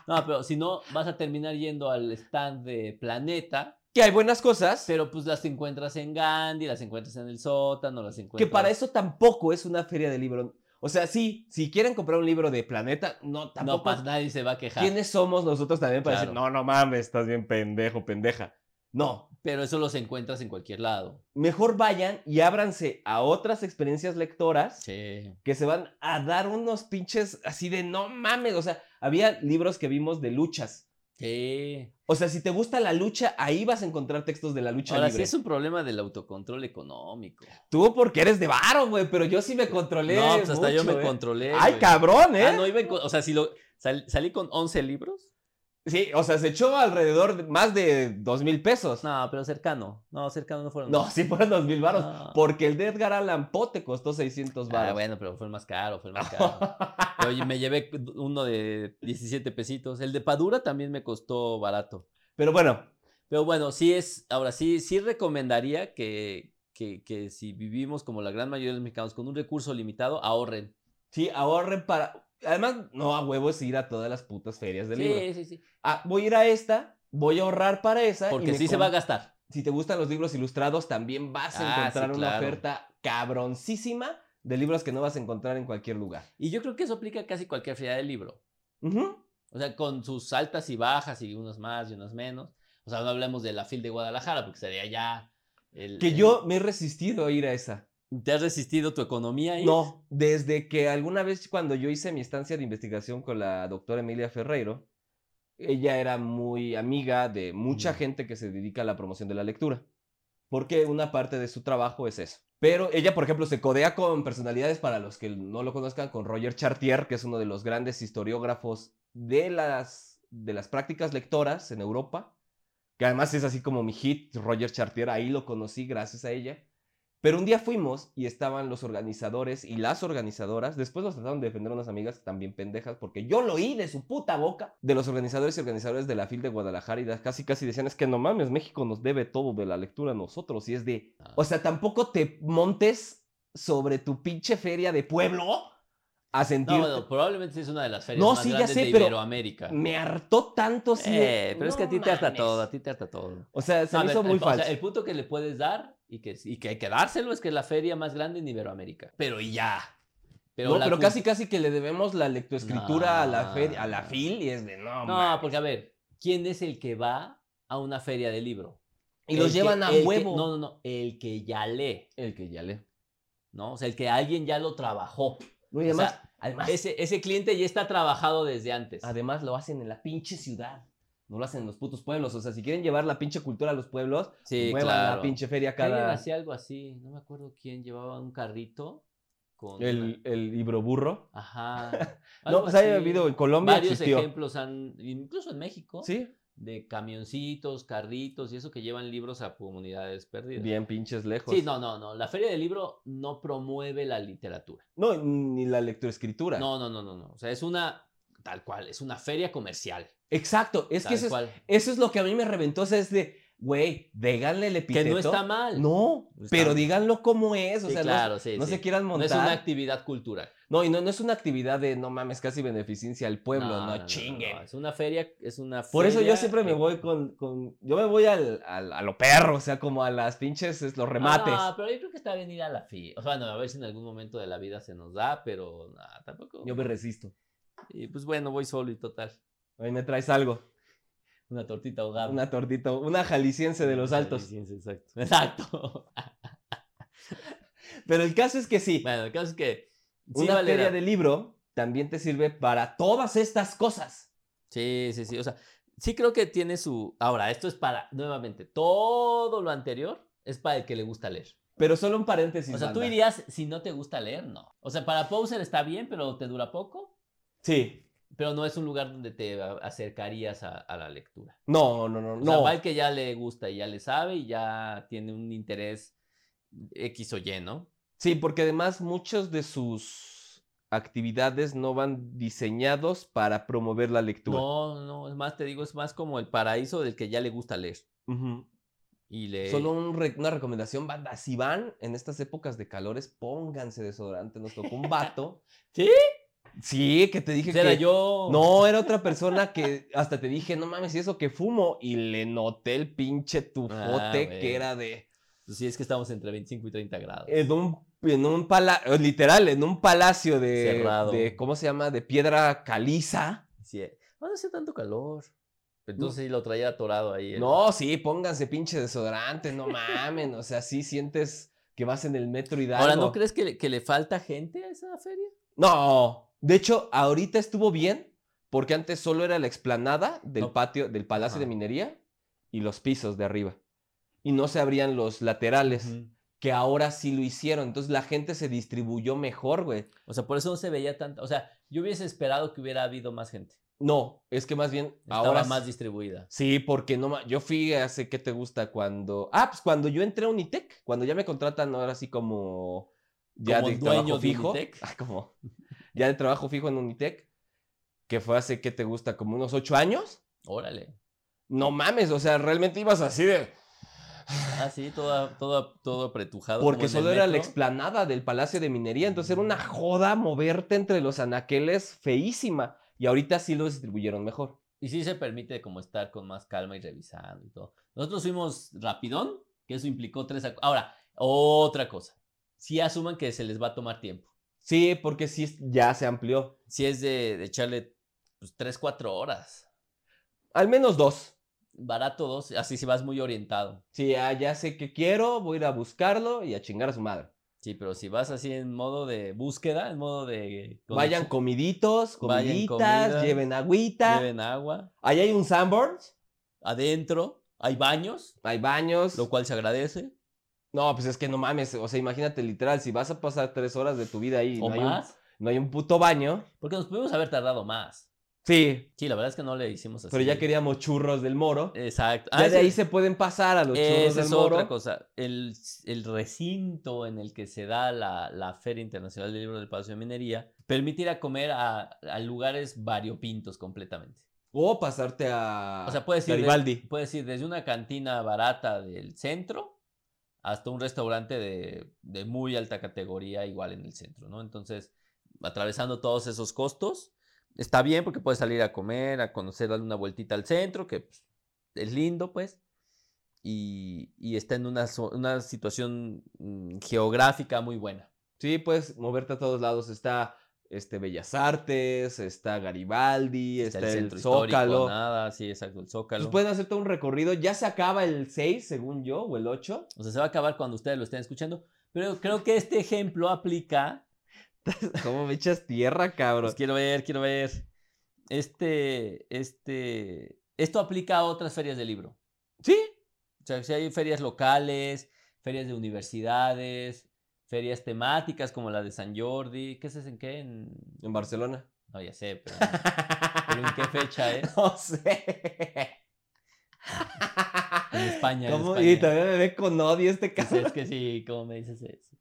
[SPEAKER 1] No, pero si no, vas a terminar yendo al stand de Planeta
[SPEAKER 2] que hay buenas cosas,
[SPEAKER 1] Pero pues las encuentras en Gandhi, las encuentras en el sótano, las encuentras.
[SPEAKER 2] que para eso tampoco es una feria de libros. O sea, sí, si quieren comprar un libro de Planeta, no,
[SPEAKER 1] No,
[SPEAKER 2] tampoco.
[SPEAKER 1] pues nadie se va a quejar.
[SPEAKER 2] ¿Quiénes somos nosotros también para decir,
[SPEAKER 1] Claro.
[SPEAKER 2] no, no mames, estás bien pendejo, pendeja? No,
[SPEAKER 1] Pero eso los encuentras en cualquier lado.
[SPEAKER 2] mejor vayan y ábranse a otras experiencias lectoras
[SPEAKER 1] Sí.
[SPEAKER 2] que se van a dar unos pinches así de no mames. O sea, había libros que vimos de luchas.
[SPEAKER 1] Sí.
[SPEAKER 2] O sea, si te gusta la lucha, ahí vas a encontrar textos de la lucha
[SPEAKER 1] Ahora sí
[SPEAKER 2] libre.
[SPEAKER 1] es un problema del autocontrol económico.
[SPEAKER 2] Tú porque eres de varo, güey, pero yo sí me controlé.
[SPEAKER 1] No, pues hasta yo
[SPEAKER 2] mucho,
[SPEAKER 1] me
[SPEAKER 2] eh.
[SPEAKER 1] controlé.
[SPEAKER 2] Ay,
[SPEAKER 1] güey.
[SPEAKER 2] cabrón, ¿eh?
[SPEAKER 1] Ah, no iba en co- O sea, si lo. sal- salí con 11 libros.
[SPEAKER 2] Sí, o sea, se echó alrededor de más de dos mil pesos.
[SPEAKER 1] No, pero cercano. No, cercano no fueron.
[SPEAKER 2] No, sí fueron dos mil varos.
[SPEAKER 1] No.
[SPEAKER 2] Porque el de Edgar Allan Poe te costó 600 varos.
[SPEAKER 1] Ah, bueno, pero fue el más caro, fue el más caro. Pero yo me llevé uno de 17 pesitos. El de Padura también me costó barato.
[SPEAKER 2] Pero bueno,
[SPEAKER 1] Pero bueno, sí es, ahora sí, sí recomendaría que, que, que si vivimos como la gran mayoría de los mexicanos con un recurso limitado, ahorren.
[SPEAKER 2] sí, ahorren para... Además, no a huevo es ir a todas las putas ferias de libros.
[SPEAKER 1] sí, sí.
[SPEAKER 2] Ah, voy a ir a esta, voy a ahorrar para esa. y
[SPEAKER 1] Porque
[SPEAKER 2] me
[SPEAKER 1] sí se va a
[SPEAKER 2] com-
[SPEAKER 1] gastar.
[SPEAKER 2] Si te gustan los libros ilustrados, también vas a
[SPEAKER 1] Ah, sí,
[SPEAKER 2] encontrar una
[SPEAKER 1] claro.
[SPEAKER 2] oferta cabroncísima de libros que no vas a encontrar en cualquier lugar.
[SPEAKER 1] Y yo creo que eso aplica a casi cualquier feria de libro.
[SPEAKER 2] Ujú.
[SPEAKER 1] O sea, con sus altas y bajas y unos más y unos menos. O sea, no hablemos de la FIL de Guadalajara, porque sería ya... el-
[SPEAKER 2] Que
[SPEAKER 1] el-
[SPEAKER 2] yo me he resistido a ir a esa.
[SPEAKER 1] ¿Te has resistido tu economía ahí?
[SPEAKER 2] No, desde que alguna vez cuando yo hice mi estancia de investigación con la doctora Emilia Ferreiro, ella era muy amiga de mucha
[SPEAKER 1] Mm.
[SPEAKER 2] gente que se dedica a la promoción de la lectura, porque una parte de su trabajo es eso. Pero ella, por ejemplo, se codea con personalidades, para los que no lo conozcan, con Roger Chartier, que es uno de los grandes historiógrafos de las, de las prácticas lectoras en Europa, que además es así como mi hit, Roger Chartier, ahí lo conocí gracias a ella. Pero un día fuimos y estaban los organizadores y las organizadoras. Después nos trataron de defender unas amigas que también pendejas, porque yo lo oí de su puta boca. De los organizadores y organizadores de la FIL de Guadalajara y las- casi casi decían, es que no mames, México nos debe todo de la lectura a nosotros. Y es de,
[SPEAKER 1] Ah.
[SPEAKER 2] o sea, tampoco te montes sobre tu pinche feria de pueblo a sentir...
[SPEAKER 1] No, bueno, probablemente sí es una de las ferias
[SPEAKER 2] No,
[SPEAKER 1] más
[SPEAKER 2] sí, ya
[SPEAKER 1] grandes
[SPEAKER 2] sé,
[SPEAKER 1] de
[SPEAKER 2] pero-
[SPEAKER 1] Iberoamérica.
[SPEAKER 2] Me hartó tanto, sí. de,
[SPEAKER 1] Eh, pero es que a
[SPEAKER 2] "No
[SPEAKER 1] ti te harta
[SPEAKER 2] mames".
[SPEAKER 1] todo, a ti te harta todo.
[SPEAKER 2] O sea, se
[SPEAKER 1] No, a
[SPEAKER 2] me
[SPEAKER 1] ver,
[SPEAKER 2] hizo muy
[SPEAKER 1] el, o sea,
[SPEAKER 2] falso.
[SPEAKER 1] el punto que le puedes dar y que, y que hay que dárselo es que es la feria más grande en Iberoamérica. Pero y ya. Pero,
[SPEAKER 2] No,
[SPEAKER 1] la
[SPEAKER 2] pero
[SPEAKER 1] cul-
[SPEAKER 2] casi casi que le debemos la lectoescritura a la feria, a la
[SPEAKER 1] No.
[SPEAKER 2] FIL y es de, no,
[SPEAKER 1] No, porque a ver, ¿quién es el que va a una feria de libro?
[SPEAKER 2] Y los
[SPEAKER 1] El que-
[SPEAKER 2] llevan a
[SPEAKER 1] el que-
[SPEAKER 2] huevo.
[SPEAKER 1] no, no, no. El que ya lee,
[SPEAKER 2] El que ya le.
[SPEAKER 1] ¿no? O sea, el que alguien ya lo trabajó.
[SPEAKER 2] No,
[SPEAKER 1] O
[SPEAKER 2] y además,
[SPEAKER 1] sea,
[SPEAKER 2] además,
[SPEAKER 1] ese, ese cliente ya está trabajado desde antes.
[SPEAKER 2] además lo hacen en la pinche ciudad. No lo hacen en los putos pueblos. O sea, si quieren llevar la pinche cultura a los pueblos,
[SPEAKER 1] Sí,
[SPEAKER 2] muevan la
[SPEAKER 1] claro.
[SPEAKER 2] pinche feria
[SPEAKER 1] Alguien
[SPEAKER 2] cada.
[SPEAKER 1] hacía algo así, no me acuerdo quién llevaba un carrito con una-
[SPEAKER 2] El, el libro burro.
[SPEAKER 1] ajá.
[SPEAKER 2] No,
[SPEAKER 1] algo
[SPEAKER 2] pues haya
[SPEAKER 1] así.
[SPEAKER 2] habido en Colombia.
[SPEAKER 1] varios
[SPEAKER 2] existió.
[SPEAKER 1] ejemplos han incluso en México
[SPEAKER 2] Sí.
[SPEAKER 1] de camioncitos, carritos y eso que llevan libros a comunidades perdidas.
[SPEAKER 2] Bien pinches lejos.
[SPEAKER 1] Sí, no, no, no, la feria del libro no promueve la literatura.
[SPEAKER 2] No, ni la lectoescritura.
[SPEAKER 1] No, no, no, no, no, o sea, es una tal cual, es una feria comercial.
[SPEAKER 2] Exacto. Es
[SPEAKER 1] tal
[SPEAKER 2] que eso es,
[SPEAKER 1] cual.
[SPEAKER 2] eso es lo que a mí me reventó. O sea, es de, güey, déganle el
[SPEAKER 1] que
[SPEAKER 2] epíteto.
[SPEAKER 1] no está mal.
[SPEAKER 2] No,
[SPEAKER 1] No está
[SPEAKER 2] pero
[SPEAKER 1] mal.
[SPEAKER 2] díganlo como es. O
[SPEAKER 1] Sí,
[SPEAKER 2] sea, no-
[SPEAKER 1] claro, sí,
[SPEAKER 2] no,
[SPEAKER 1] sí.
[SPEAKER 2] se quieran
[SPEAKER 1] No
[SPEAKER 2] montar.
[SPEAKER 1] es una actividad cultural.
[SPEAKER 2] No, y no, no es una actividad de no mames, casi beneficencia al pueblo, no, chinguen.
[SPEAKER 1] Es una feria, es una
[SPEAKER 2] Por eso yo
[SPEAKER 1] feria
[SPEAKER 2] siempre me
[SPEAKER 1] que-
[SPEAKER 2] voy con, con- yo me voy al, al- a lo perro, o sea, como a las pinches, es, los remates.
[SPEAKER 1] Ah, pero yo creo que está bien ir a la FI. O sea, bueno, a ver si en algún momento de la vida se nos da, pero nah, tampoco.
[SPEAKER 2] yo me resisto.
[SPEAKER 1] Y pues bueno, voy solo y total.
[SPEAKER 2] Ahí me traes algo,
[SPEAKER 1] Una tortita ahogada.
[SPEAKER 2] una tortita, una jalisciense de los altos.
[SPEAKER 1] Sí, sí, Exacto. Exacto.
[SPEAKER 2] Pero el caso es que sí,
[SPEAKER 1] bueno, el caso es que. sí
[SPEAKER 2] una
[SPEAKER 1] vale
[SPEAKER 2] feria
[SPEAKER 1] la-
[SPEAKER 2] de libro también te sirve para todas estas cosas.
[SPEAKER 1] Sí, sí, sí. O sea, sí creo que tiene su. Ahora, esto es para, nuevamente, todo lo anterior es para el que le gusta leer.
[SPEAKER 2] Pero solo un paréntesis.
[SPEAKER 1] O sea, tú
[SPEAKER 2] banda.
[SPEAKER 1] irías si no te gusta leer, no. O sea, para Poser está bien, pero te dura poco.
[SPEAKER 2] Sí.
[SPEAKER 1] Pero no es un lugar donde te a- acercarías a- a la lectura.
[SPEAKER 2] No, no, no,
[SPEAKER 1] O sea,
[SPEAKER 2] no.
[SPEAKER 1] va el que ya le gusta y ya le sabe y ya tiene un interés X o Y, ¿no?
[SPEAKER 2] Sí, porque además muchas de sus actividades no van diseñados para promover la lectura.
[SPEAKER 1] No, no, es más, te digo, es más como el paraíso del que ya le gusta leer.
[SPEAKER 2] Ujú.
[SPEAKER 1] Y le...
[SPEAKER 2] Solo un re- una recomendación, banda. Si van en estas épocas de calores, pónganse desodorante. Nos tocó un vato.
[SPEAKER 1] ¿Sí?
[SPEAKER 2] Sí, que te dije
[SPEAKER 1] Ese era
[SPEAKER 2] que...
[SPEAKER 1] yo.
[SPEAKER 2] No, era otra persona que hasta te dije, no mames, ¿y eso que fumo? Y le noté el pinche tufote
[SPEAKER 1] Ah, güey.
[SPEAKER 2] que era de...
[SPEAKER 1] Pues sí, es que estamos entre 25 y 30 grados.
[SPEAKER 2] En un, en un palacio, literal, en un palacio de,
[SPEAKER 1] Cerrado.
[SPEAKER 2] de... ¿Cómo se llama? De piedra caliza.
[SPEAKER 1] Sí, eh. no hace tanto calor. Entonces sí lo traía atorado ahí. el-
[SPEAKER 2] No, sí, pónganse pinche desodorante, no mamen. O sea, sí sientes que vas en el metro y
[SPEAKER 1] Ahora, ¿no crees que le, que le falta gente a esa feria?
[SPEAKER 2] No, de hecho, ahorita estuvo bien porque antes solo era la explanada del
[SPEAKER 1] No.
[SPEAKER 2] patio, del Palacio de
[SPEAKER 1] Ajá.
[SPEAKER 2] Minería y los pisos de arriba. Y no se abrían los laterales, que ahora sí lo hicieron. Entonces la gente se distribuyó mejor, güey.
[SPEAKER 1] O sea, por eso no se veía tanta. O sea, yo hubiese esperado que hubiera habido más gente.
[SPEAKER 2] No, es que más bien
[SPEAKER 1] Estaba
[SPEAKER 2] ahora
[SPEAKER 1] más
[SPEAKER 2] sí-
[SPEAKER 1] distribuida.
[SPEAKER 2] Sí, porque no ma- yo fui hace qué te gusta cuando ah pues cuando yo entré a Unitec, cuando ya me contratan ahora sí como ya
[SPEAKER 1] Como
[SPEAKER 2] de
[SPEAKER 1] dueño
[SPEAKER 2] trabajo
[SPEAKER 1] de
[SPEAKER 2] fijo,
[SPEAKER 1] Unitec.
[SPEAKER 2] Ah, como ya de trabajo fijo en Unitec, que fue hace qué te gusta como unos ocho años.
[SPEAKER 1] Órale.
[SPEAKER 2] No mames, o sea realmente ibas así de
[SPEAKER 1] Ah, sí, toda, toda, todo apretujado. como
[SPEAKER 2] porque
[SPEAKER 1] en el
[SPEAKER 2] solo era la
[SPEAKER 1] metro. Mm.
[SPEAKER 2] explanada del Palacio de Minería, entonces era una joda moverte entre los anaqueles feísima y ahorita sí lo distribuyeron mejor.
[SPEAKER 1] Y sí se permite como estar con más calma y revisando y todo. Nosotros fuimos rapidón, que eso implicó tres... ac- Ahora, otra cosa. Sí asuman que se les va a tomar tiempo.
[SPEAKER 2] Sí, porque sí es- ya se amplió,
[SPEAKER 1] Si es de, de echarle pues, tres, cuatro horas.
[SPEAKER 2] al menos dos.
[SPEAKER 1] Barato dos, así si vas muy orientado.
[SPEAKER 2] Sí, ah, ya sé que quiero, voy a ir a buscarlo y a chingar a su madre.
[SPEAKER 1] Sí, pero si vas así en modo de búsqueda, en modo de...
[SPEAKER 2] Vayan
[SPEAKER 1] conexión,
[SPEAKER 2] comiditos,
[SPEAKER 1] Vayan
[SPEAKER 2] comiditas,
[SPEAKER 1] comida,
[SPEAKER 2] lleven agüita.
[SPEAKER 1] Lleven agua.
[SPEAKER 2] Ahí hay un sandboard,
[SPEAKER 1] Adentro hay baños,
[SPEAKER 2] hay baños.
[SPEAKER 1] lo cual se agradece.
[SPEAKER 2] No, pues es que no mames, o sea, imagínate literal, si vas a pasar tres horas de tu vida ahí y
[SPEAKER 1] o
[SPEAKER 2] no hay, un,
[SPEAKER 1] más.
[SPEAKER 2] no hay un puto baño.
[SPEAKER 1] Porque nos pudimos haber tardado más.
[SPEAKER 2] Sí,
[SPEAKER 1] Sí, la verdad es que no le hicimos así.
[SPEAKER 2] pero ya queríamos churros del moro.
[SPEAKER 1] Exacto.
[SPEAKER 2] ya
[SPEAKER 1] Ah,
[SPEAKER 2] de ahí
[SPEAKER 1] sí.
[SPEAKER 2] se pueden pasar a los churros
[SPEAKER 1] Esa
[SPEAKER 2] del
[SPEAKER 1] es
[SPEAKER 2] moro.
[SPEAKER 1] otra cosa. El, el recinto en el que se da la, la Feria Internacional del Libro del Palacio de Minería permite ir a comer a, a lugares variopintos completamente.
[SPEAKER 2] O pasarte a
[SPEAKER 1] O sea, puedes ir, de-
[SPEAKER 2] Garibaldi.
[SPEAKER 1] puedes ir desde una cantina barata del centro hasta un restaurante de, de muy alta categoría igual en el centro, ¿no? Entonces, atravesando todos esos costos, está bien porque puedes salir a comer, a conocer, darle una vueltita al centro, que pues, es lindo, pues. Y, y está en una, zo- una situación mm, geográfica muy buena.
[SPEAKER 2] Sí, puedes moverte a todos lados. Está este Bellas Artes, está Garibaldi, está,
[SPEAKER 1] Está el
[SPEAKER 2] el,
[SPEAKER 1] centro
[SPEAKER 2] Zócalo.
[SPEAKER 1] histórico, nada, sí, exacto, el Zócalo.
[SPEAKER 2] Pues pueden hacer todo un recorrido. Ya se acaba el 6, según yo, o el 8.
[SPEAKER 1] O sea, se va a acabar cuando ustedes lo estén escuchando, pero creo que este ejemplo aplica
[SPEAKER 2] ¿Cómo me echas tierra, cabrón?
[SPEAKER 1] Pues quiero ver, quiero ver. Este, este, esto aplica a otras ferias de libro.
[SPEAKER 2] Sí,
[SPEAKER 1] O sea, si hay ferias locales, ferias de universidades, ferias temáticas como la de San Jordi. ¿Qué es en qué? En...
[SPEAKER 2] en Barcelona.
[SPEAKER 1] No, ya sé, pero, no- pero ¿en qué fecha es?
[SPEAKER 2] No sé.
[SPEAKER 1] En España. en
[SPEAKER 2] ¿Cómo?
[SPEAKER 1] España.
[SPEAKER 2] Y también me ve con odio este
[SPEAKER 1] Pues
[SPEAKER 2] cabrón.
[SPEAKER 1] es que sí, ¿cómo me dices eso?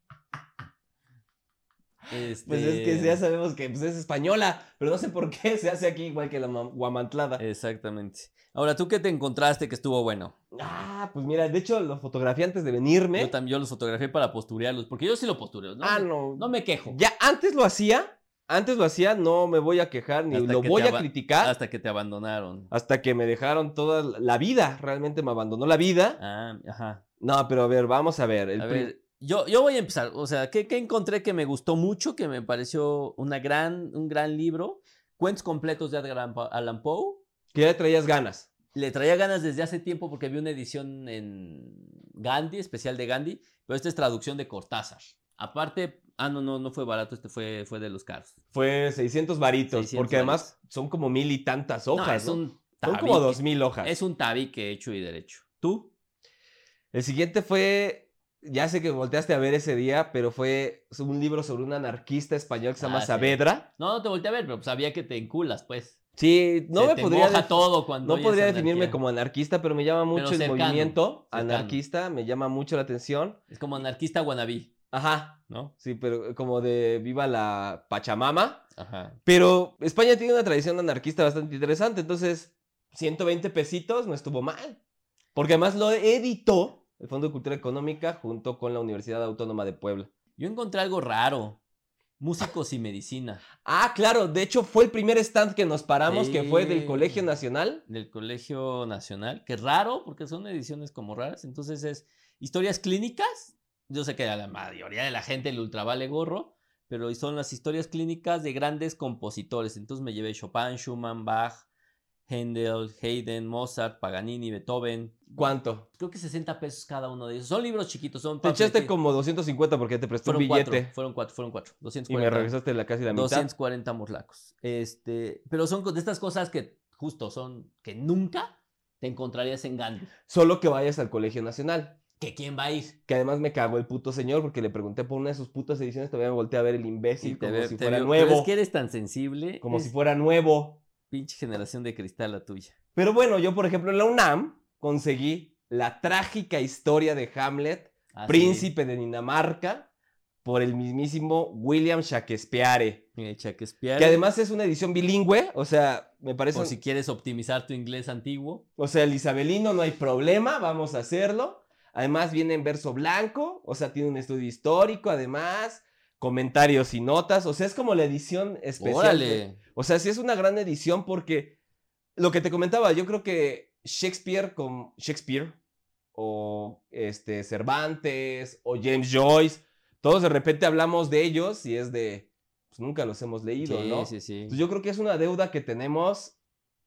[SPEAKER 2] Pues es que
[SPEAKER 1] Este,
[SPEAKER 2] ya sabemos que pues, es española, pero no sé por qué se hace aquí igual que la ma- guamantlada.
[SPEAKER 1] Eh. Exactamente. Ahora, ¿tú qué te encontraste que estuvo bueno?
[SPEAKER 2] Ah, pues mira, de hecho lo fotografié antes de venirme.
[SPEAKER 1] Yo también yo los fotografié para posturearlos, porque yo sí lo postureo. ¿no?
[SPEAKER 2] ah, no.
[SPEAKER 1] No me quejo.
[SPEAKER 2] Ya antes lo hacía, antes lo hacía, no me voy a quejar ni
[SPEAKER 1] Hasta
[SPEAKER 2] lo
[SPEAKER 1] que
[SPEAKER 2] voy
[SPEAKER 1] te
[SPEAKER 2] a
[SPEAKER 1] aba-
[SPEAKER 2] criticar.
[SPEAKER 1] Hasta que te abandonaron.
[SPEAKER 2] hasta que me dejaron toda la- la vida, realmente me abandonó la vida.
[SPEAKER 1] Ah, ajá.
[SPEAKER 2] No, pero a ver, vamos a ver. el
[SPEAKER 1] A
[SPEAKER 2] pri-
[SPEAKER 1] ver, yo, yo voy a empezar. O sea, ¿qué, qué encontré que me gustó mucho? Que me pareció una gran, un gran libro. Cuentos completos de Edgar Allan Po- Allan Poe.
[SPEAKER 2] Que ya le traías ganas.
[SPEAKER 1] Le traía ganas desde hace tiempo porque vi una edición en Gandhi, especial de Gandhi, pero esta es traducción de Cortázar. Aparte, ah, no, no, no fue barato, este fue, fue de los caros.
[SPEAKER 2] Fue 600 varitos,
[SPEAKER 1] 600
[SPEAKER 2] porque además son como mil y tantas
[SPEAKER 1] No,
[SPEAKER 2] hojas.
[SPEAKER 1] es
[SPEAKER 2] ¿no?
[SPEAKER 1] un
[SPEAKER 2] Son
[SPEAKER 1] tabique.
[SPEAKER 2] como dos mil hojas.
[SPEAKER 1] Es un tabique hecho y derecho. ¿Tú?
[SPEAKER 2] El siguiente fue, ya sé que volteaste a ver ese día, pero fue un libro sobre un anarquista español que se llama
[SPEAKER 1] Ah, sí.
[SPEAKER 2] Saavedra.
[SPEAKER 1] No, no te volteé a ver, pero pues sabía que te enculas, pues.
[SPEAKER 2] Sí, no
[SPEAKER 1] Se
[SPEAKER 2] me
[SPEAKER 1] te
[SPEAKER 2] podría,
[SPEAKER 1] moja
[SPEAKER 2] def-
[SPEAKER 1] todo cuando
[SPEAKER 2] no
[SPEAKER 1] oyes
[SPEAKER 2] podría
[SPEAKER 1] anarquía.
[SPEAKER 2] definirme como anarquista, pero me llama mucho el
[SPEAKER 1] cercano,
[SPEAKER 2] movimiento
[SPEAKER 1] cercano.
[SPEAKER 2] anarquista, me llama mucho la atención.
[SPEAKER 1] Es como anarquista wannabe,
[SPEAKER 2] Ajá,
[SPEAKER 1] ¿no?
[SPEAKER 2] sí, pero eh, como de viva la Pachamama.
[SPEAKER 1] Ajá.
[SPEAKER 2] Pero España tiene una tradición anarquista bastante interesante, entonces 120 pesitos no estuvo mal. Porque además lo editó el Fondo de Cultura Económica junto con la Universidad Autónoma de Puebla.
[SPEAKER 1] Yo encontré algo raro. Músicos y medicina
[SPEAKER 2] Ah, claro, de hecho fue el primer stand que nos paramos, que fue del
[SPEAKER 1] Sí.
[SPEAKER 2] Colegio Nacional.
[SPEAKER 1] del Colegio Nacional, que raro, porque son ediciones como raras. Entonces es historias clínicas. Yo sé que a la mayoría de la gente le ultra vale gorro, pero son las historias clínicas de grandes compositores. Entonces me llevé Chopin, Schumann, Bach, Händel, Haydn, Mozart, Paganini, Beethoven.
[SPEAKER 2] ¿Cuánto?
[SPEAKER 1] Creo que 60 pesos cada uno de ellos. Son libros chiquitos, son
[SPEAKER 2] Te echaste
[SPEAKER 1] pamphlet-
[SPEAKER 2] como 250 porque te presté un
[SPEAKER 1] pues, fueron
[SPEAKER 2] billete.
[SPEAKER 1] cuatro, fueron cuatro, fueron cuatro.
[SPEAKER 2] Y me
[SPEAKER 1] 240.
[SPEAKER 2] regresaste la casi la mitad.
[SPEAKER 1] 240 morlacos. Este, pero son co- de estas cosas que justo son que nunca te encontrarías en Gandhi.
[SPEAKER 2] Solo que vayas al Colegio Nacional.
[SPEAKER 1] Que quién va a ir.
[SPEAKER 2] Que además me cagó el puto señor porque le pregunté por una de sus putas ediciones. Todavía me volteé a ver el imbécil como
[SPEAKER 1] ve-
[SPEAKER 2] si fuera
[SPEAKER 1] veo- pero
[SPEAKER 2] nuevo.
[SPEAKER 1] Es que eres tan sensible.
[SPEAKER 2] Como
[SPEAKER 1] es
[SPEAKER 2] si fuera nuevo.
[SPEAKER 1] pinche generación de cristal la tuya.
[SPEAKER 2] Pero bueno, yo por ejemplo en la UNAM conseguí la trágica historia de Hamlet,
[SPEAKER 1] Ah, sí.
[SPEAKER 2] príncipe de Dinamarca, por el mismísimo William Shakespeare.
[SPEAKER 1] Eh, Shakespeare.
[SPEAKER 2] Que además es una edición bilingüe, o sea, me parece...
[SPEAKER 1] o si quieres optimizar tu inglés antiguo.
[SPEAKER 2] O sea, el isabelino no hay problema, vamos a hacerlo. Además viene en verso blanco, o sea, tiene un estudio histórico, además, comentarios y notas, o sea, es como la edición especial. de-
[SPEAKER 1] Órale.
[SPEAKER 2] O sea, sí es una gran edición porque lo que te comentaba, yo creo que Shakespeare con Shakespeare o este Cervantes o James Joyce, todos de repente hablamos de ellos y es de pues nunca los hemos leído,
[SPEAKER 1] sí,
[SPEAKER 2] ¿no?
[SPEAKER 1] sí, sí.
[SPEAKER 2] Entonces, yo creo que es una deuda que tenemos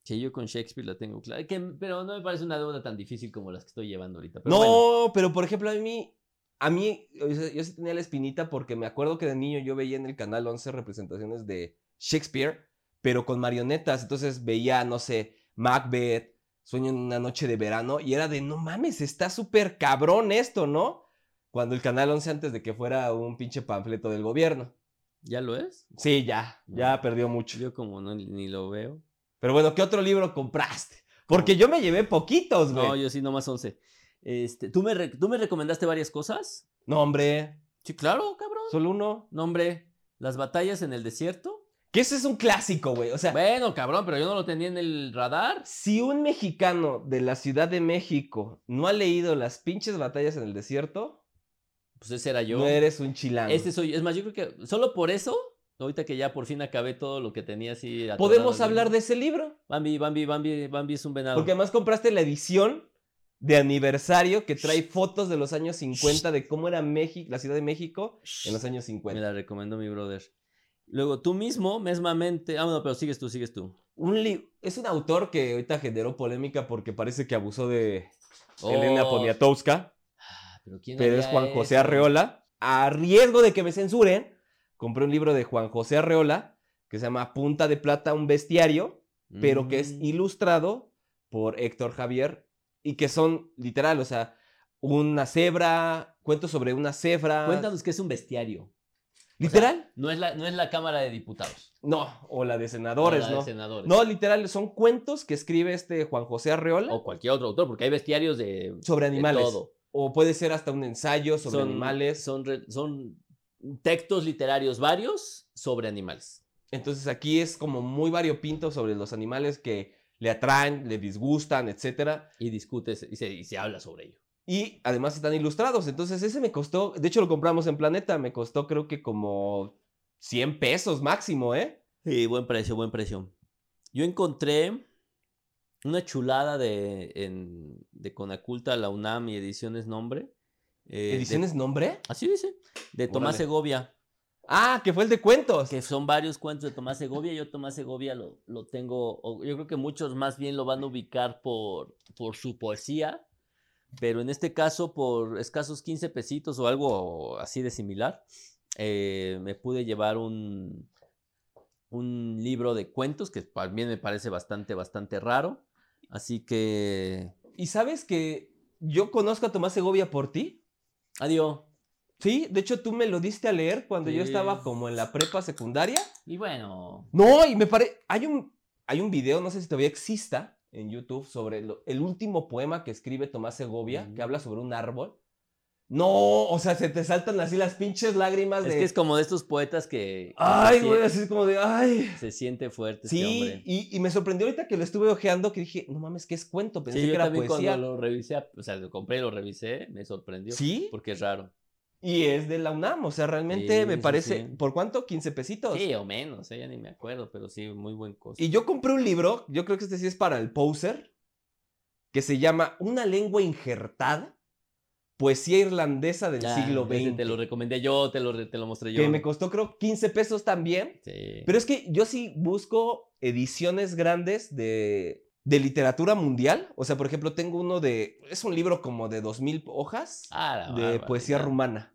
[SPEAKER 1] Sí, yo con Shakespeare la tengo clara. Que, pero no me parece una deuda tan difícil como las que estoy llevando ahorita. Pero
[SPEAKER 2] no,
[SPEAKER 1] bueno,
[SPEAKER 2] pero por ejemplo, a mí, a mí, o sea, yo sí tenía la espinita porque me acuerdo que de niño yo veía en el canal 11 representaciones de Shakespeare, pero con marionetas. Entonces veía, no sé, Macbeth, Sueño en una noche de verano, y era de, no mames, está súper cabrón esto, ¿no? Cuando el canal 11 antes de que fuera un pinche panfleto del gobierno.
[SPEAKER 1] ¿ya lo es?
[SPEAKER 2] Sí, ya, ya
[SPEAKER 1] Mm.
[SPEAKER 2] perdió mucho.
[SPEAKER 1] Yo como no, ni lo veo.
[SPEAKER 2] Pero bueno, ¿qué otro libro compraste? Porque yo me llevé poquitos, güey.
[SPEAKER 1] No,
[SPEAKER 2] No,
[SPEAKER 1] yo sí, nomás 11. Este, ¿tú, me re- ¿Tú me recomendaste varias cosas?
[SPEAKER 2] hombre,
[SPEAKER 1] Sí, claro, cabrón.
[SPEAKER 2] solo uno.
[SPEAKER 1] No, hombre, las batallas en el desierto.
[SPEAKER 2] Que ese es un clásico, güey. O sea,
[SPEAKER 1] Bueno, cabrón, pero yo no lo tenía en el radar.
[SPEAKER 2] Si un mexicano de la Ciudad de México no ha leído las pinches batallas en el desierto,
[SPEAKER 1] Pues ese era yo.
[SPEAKER 2] no eres un chilango.
[SPEAKER 1] Este soy Es más, yo creo que solo por eso, ahorita que ya por fin acabé todo lo que tenía así. atorado
[SPEAKER 2] Podemos
[SPEAKER 1] en-
[SPEAKER 2] hablar de ese libro,
[SPEAKER 1] Bambi, Bambi, Bambi, Bambi es un venado.
[SPEAKER 2] porque además compraste la edición de aniversario que trae fotos de los años 50 de cómo era México, la Ciudad de México en los años
[SPEAKER 1] Me
[SPEAKER 2] 50.
[SPEAKER 1] la recomendó mi brother. Luego, tú mismo, mesmamente. Ah, no, pero sigues tú, sigues tú.
[SPEAKER 2] Un li- es un autor que ahorita generó polémica porque parece que abusó de Elena
[SPEAKER 1] Oh,
[SPEAKER 2] Poniatowska.
[SPEAKER 1] Ah, Pero, ¿quién
[SPEAKER 2] pero es
[SPEAKER 1] haría
[SPEAKER 2] Juan José
[SPEAKER 1] eso?
[SPEAKER 2] Arreola. A riesgo de que me censuren, compré un libro de Juan José Arreola que se llama Punta de Plata, un bestiario, pero que es
[SPEAKER 1] Mm.
[SPEAKER 2] ilustrado por Héctor Javier y que son literal, o sea, una cebra, cuentos sobre una cebra.
[SPEAKER 1] Cuéntanos que es un bestiario.
[SPEAKER 2] ¿Literal?
[SPEAKER 1] No es la, no es la Cámara de Diputados.
[SPEAKER 2] no, o la de
[SPEAKER 1] o
[SPEAKER 2] senadores,
[SPEAKER 1] la de
[SPEAKER 2] ¿no?
[SPEAKER 1] senadores.
[SPEAKER 2] No, literal, son cuentos que escribe este Juan José Arreola
[SPEAKER 1] O cualquier otro autor, porque hay bestiarios de,
[SPEAKER 2] sobre
[SPEAKER 1] de
[SPEAKER 2] animales.
[SPEAKER 1] todo.
[SPEAKER 2] O puede ser hasta un ensayo sobre
[SPEAKER 1] son,
[SPEAKER 2] animales.
[SPEAKER 1] Son, re- son textos literarios varios sobre animales.
[SPEAKER 2] Entonces aquí es como muy variopinto sobre los animales que le atraen, le disgustan, etcétera.
[SPEAKER 1] Y discutes y se, y se habla sobre ello.
[SPEAKER 2] Y además están ilustrados. Entonces ese me costó, de hecho lo compramos en Planeta, me costó creo que como 100 pesos máximo, ¿eh?
[SPEAKER 1] Sí, buen precio, buen precio. Yo encontré una chulada de, en- de Conaculta, la UNAM y Ediciones Nombre. eh, de-
[SPEAKER 2] ¿Ediciones nombre?
[SPEAKER 1] así dice. De Tomás
[SPEAKER 2] Órale.
[SPEAKER 1] Segovia.
[SPEAKER 2] Ah, que fue el de cuentos.
[SPEAKER 1] Que son varios cuentos de Tomás Segovia. Yo Tomás Segovia lo, lo tengo, o yo creo que muchos más bien lo van a ubicar por, por su poesía, pero en este caso por escasos 15 pesitos o algo así de similar, eh, me pude llevar un, un libro de cuentos que también me parece bastante, bastante raro. Así que,
[SPEAKER 2] ¿Y sabes que yo conozco a Tomás Segovia por ti?
[SPEAKER 1] adiós.
[SPEAKER 2] Sí, de hecho tú me lo diste a leer cuando yo
[SPEAKER 1] Sí.
[SPEAKER 2] estaba como en la prepa secundaria.
[SPEAKER 1] Y bueno,
[SPEAKER 2] No, y me parece. Hay un, hay un video, no sé si todavía exista en YouTube, sobre lo- el último poema que escribe Tomás Segovia, que
[SPEAKER 1] Ujú.
[SPEAKER 2] habla sobre un árbol. No, o sea, se te saltan así las pinches lágrimas
[SPEAKER 1] es
[SPEAKER 2] de.
[SPEAKER 1] que es como de estos poetas que... que se
[SPEAKER 2] ay,
[SPEAKER 1] sien-
[SPEAKER 2] güey, así es como de. Ay.
[SPEAKER 1] Se siente fuerte este
[SPEAKER 2] Sí,
[SPEAKER 1] hombre.
[SPEAKER 2] y, y me sorprendió ahorita que lo estuve ojeando, que dije, no mames, que es cuento, pensé
[SPEAKER 1] Sí, yo
[SPEAKER 2] que era
[SPEAKER 1] también
[SPEAKER 2] poesía.
[SPEAKER 1] cuando lo revisé, o sea, lo compré y lo revisé, me sorprendió.
[SPEAKER 2] Sí,
[SPEAKER 1] Porque es raro.
[SPEAKER 2] Y es de la UNAM, o sea, realmente
[SPEAKER 1] Sí,
[SPEAKER 2] me
[SPEAKER 1] sí,
[SPEAKER 2] parece,
[SPEAKER 1] sí.
[SPEAKER 2] ¿por cuánto? 15 pesitos.
[SPEAKER 1] Sí, o menos, eh, ya ni me acuerdo, pero sí, muy buen costo.
[SPEAKER 2] Y yo compré un libro, yo creo que este sí es para el poser, que se llama Una lengua injertada, poesía irlandesa del
[SPEAKER 1] Ya,
[SPEAKER 2] siglo
[SPEAKER 1] Ah, ese
[SPEAKER 2] XX.
[SPEAKER 1] Te lo recomendé yo, te lo, re- te lo mostré yo.
[SPEAKER 2] que me costó creo 15 pesos también.
[SPEAKER 1] Sí.
[SPEAKER 2] Pero es que yo sí busco ediciones grandes de, de literatura mundial. O sea, por ejemplo, tengo uno de... Es un libro como de 2.000 hojas
[SPEAKER 1] Ah, la
[SPEAKER 2] de
[SPEAKER 1] barbaridad.
[SPEAKER 2] poesía rumana.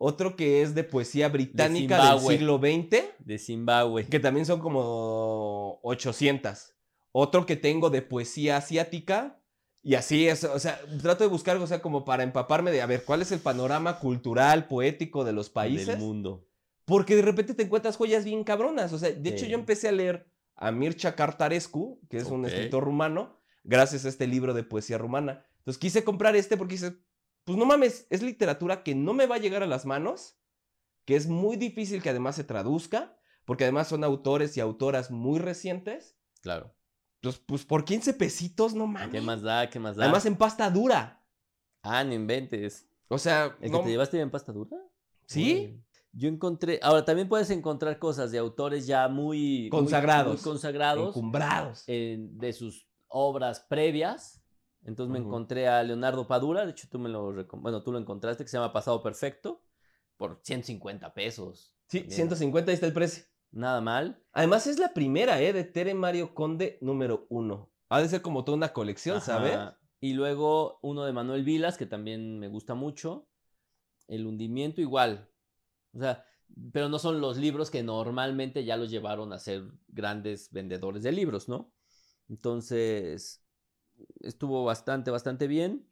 [SPEAKER 2] Otro que es de poesía británica del
[SPEAKER 1] Zimbabue.
[SPEAKER 2] siglo XX.
[SPEAKER 1] De Zimbabue.
[SPEAKER 2] que también son como 800. Otro que tengo de poesía asiática. Y así es, o sea, trato de buscar, o sea, como para empaparme de, a ver, ¿cuál es el panorama cultural, poético de los países?
[SPEAKER 1] Del mundo.
[SPEAKER 2] Porque de repente te encuentras joyas bien cabronas. O sea, de hecho
[SPEAKER 1] Sí.
[SPEAKER 2] yo empecé a leer a Mircea Cartarescu, que es un
[SPEAKER 1] Ok.
[SPEAKER 2] escritor rumano, gracias a este libro de poesía rumana. Entonces quise comprar este porque dices, pues no mames, es literatura que no me va a llegar a las manos, que es muy difícil que además se traduzca, porque además son autores y autoras muy recientes.
[SPEAKER 1] Claro.
[SPEAKER 2] Entonces, pues por 15 pesitos, no mames.
[SPEAKER 1] ¿Qué más da? ¿Qué más da?
[SPEAKER 2] además eh en pasta dura.
[SPEAKER 1] Ah, no inventes.
[SPEAKER 2] O sea,
[SPEAKER 1] ¿El
[SPEAKER 2] no-
[SPEAKER 1] que te llevaste en pasta dura?
[SPEAKER 2] ¿sí?
[SPEAKER 1] Órale. Yo encontré. Ahora, también puedes encontrar cosas de autores ya muy. muy-
[SPEAKER 2] Consagrados.
[SPEAKER 1] muy consagrados.
[SPEAKER 2] Encumbrados.
[SPEAKER 1] en- de sus obras previas. Entonces me
[SPEAKER 2] Ujú.
[SPEAKER 1] encontré a Leonardo Padura. De hecho, tú me lo. recom- Bueno, tú lo encontraste, que se llama Pasado Perfecto. Por 150 pesos.
[SPEAKER 2] Sí,
[SPEAKER 1] También,
[SPEAKER 2] 150, ahí está el precio.
[SPEAKER 1] Nada mal.
[SPEAKER 2] Además es la primera, ¿eh? De Tere Mario Conde número uno. Ha de ser como toda una colección, ¿sabes?
[SPEAKER 1] Ajá. Y luego uno de Manuel Vilas, que también me gusta mucho. El hundimiento igual. O sea, pero no son los libros que normalmente ya los llevaron a ser grandes vendedores de libros, ¿no? Entonces, estuvo bastante, bastante bien.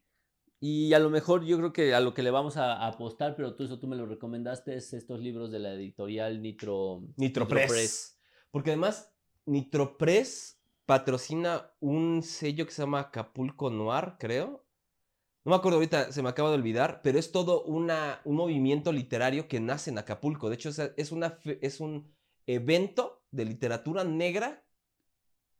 [SPEAKER 1] Y a lo mejor yo creo que a lo que le vamos a, a apostar, pero tú eso tú me lo recomendaste, es estos libros de la editorial Nitro...
[SPEAKER 2] Nitropress.
[SPEAKER 1] Nitropress.
[SPEAKER 2] Porque además, Nitropress patrocina un sello que se llama Acapulco Noir, creo. No me acuerdo ahorita, se me acaba de olvidar, pero es todo una, un movimiento literario que nace en Acapulco. De hecho, o sea, es, una, fe- es un evento de literatura negra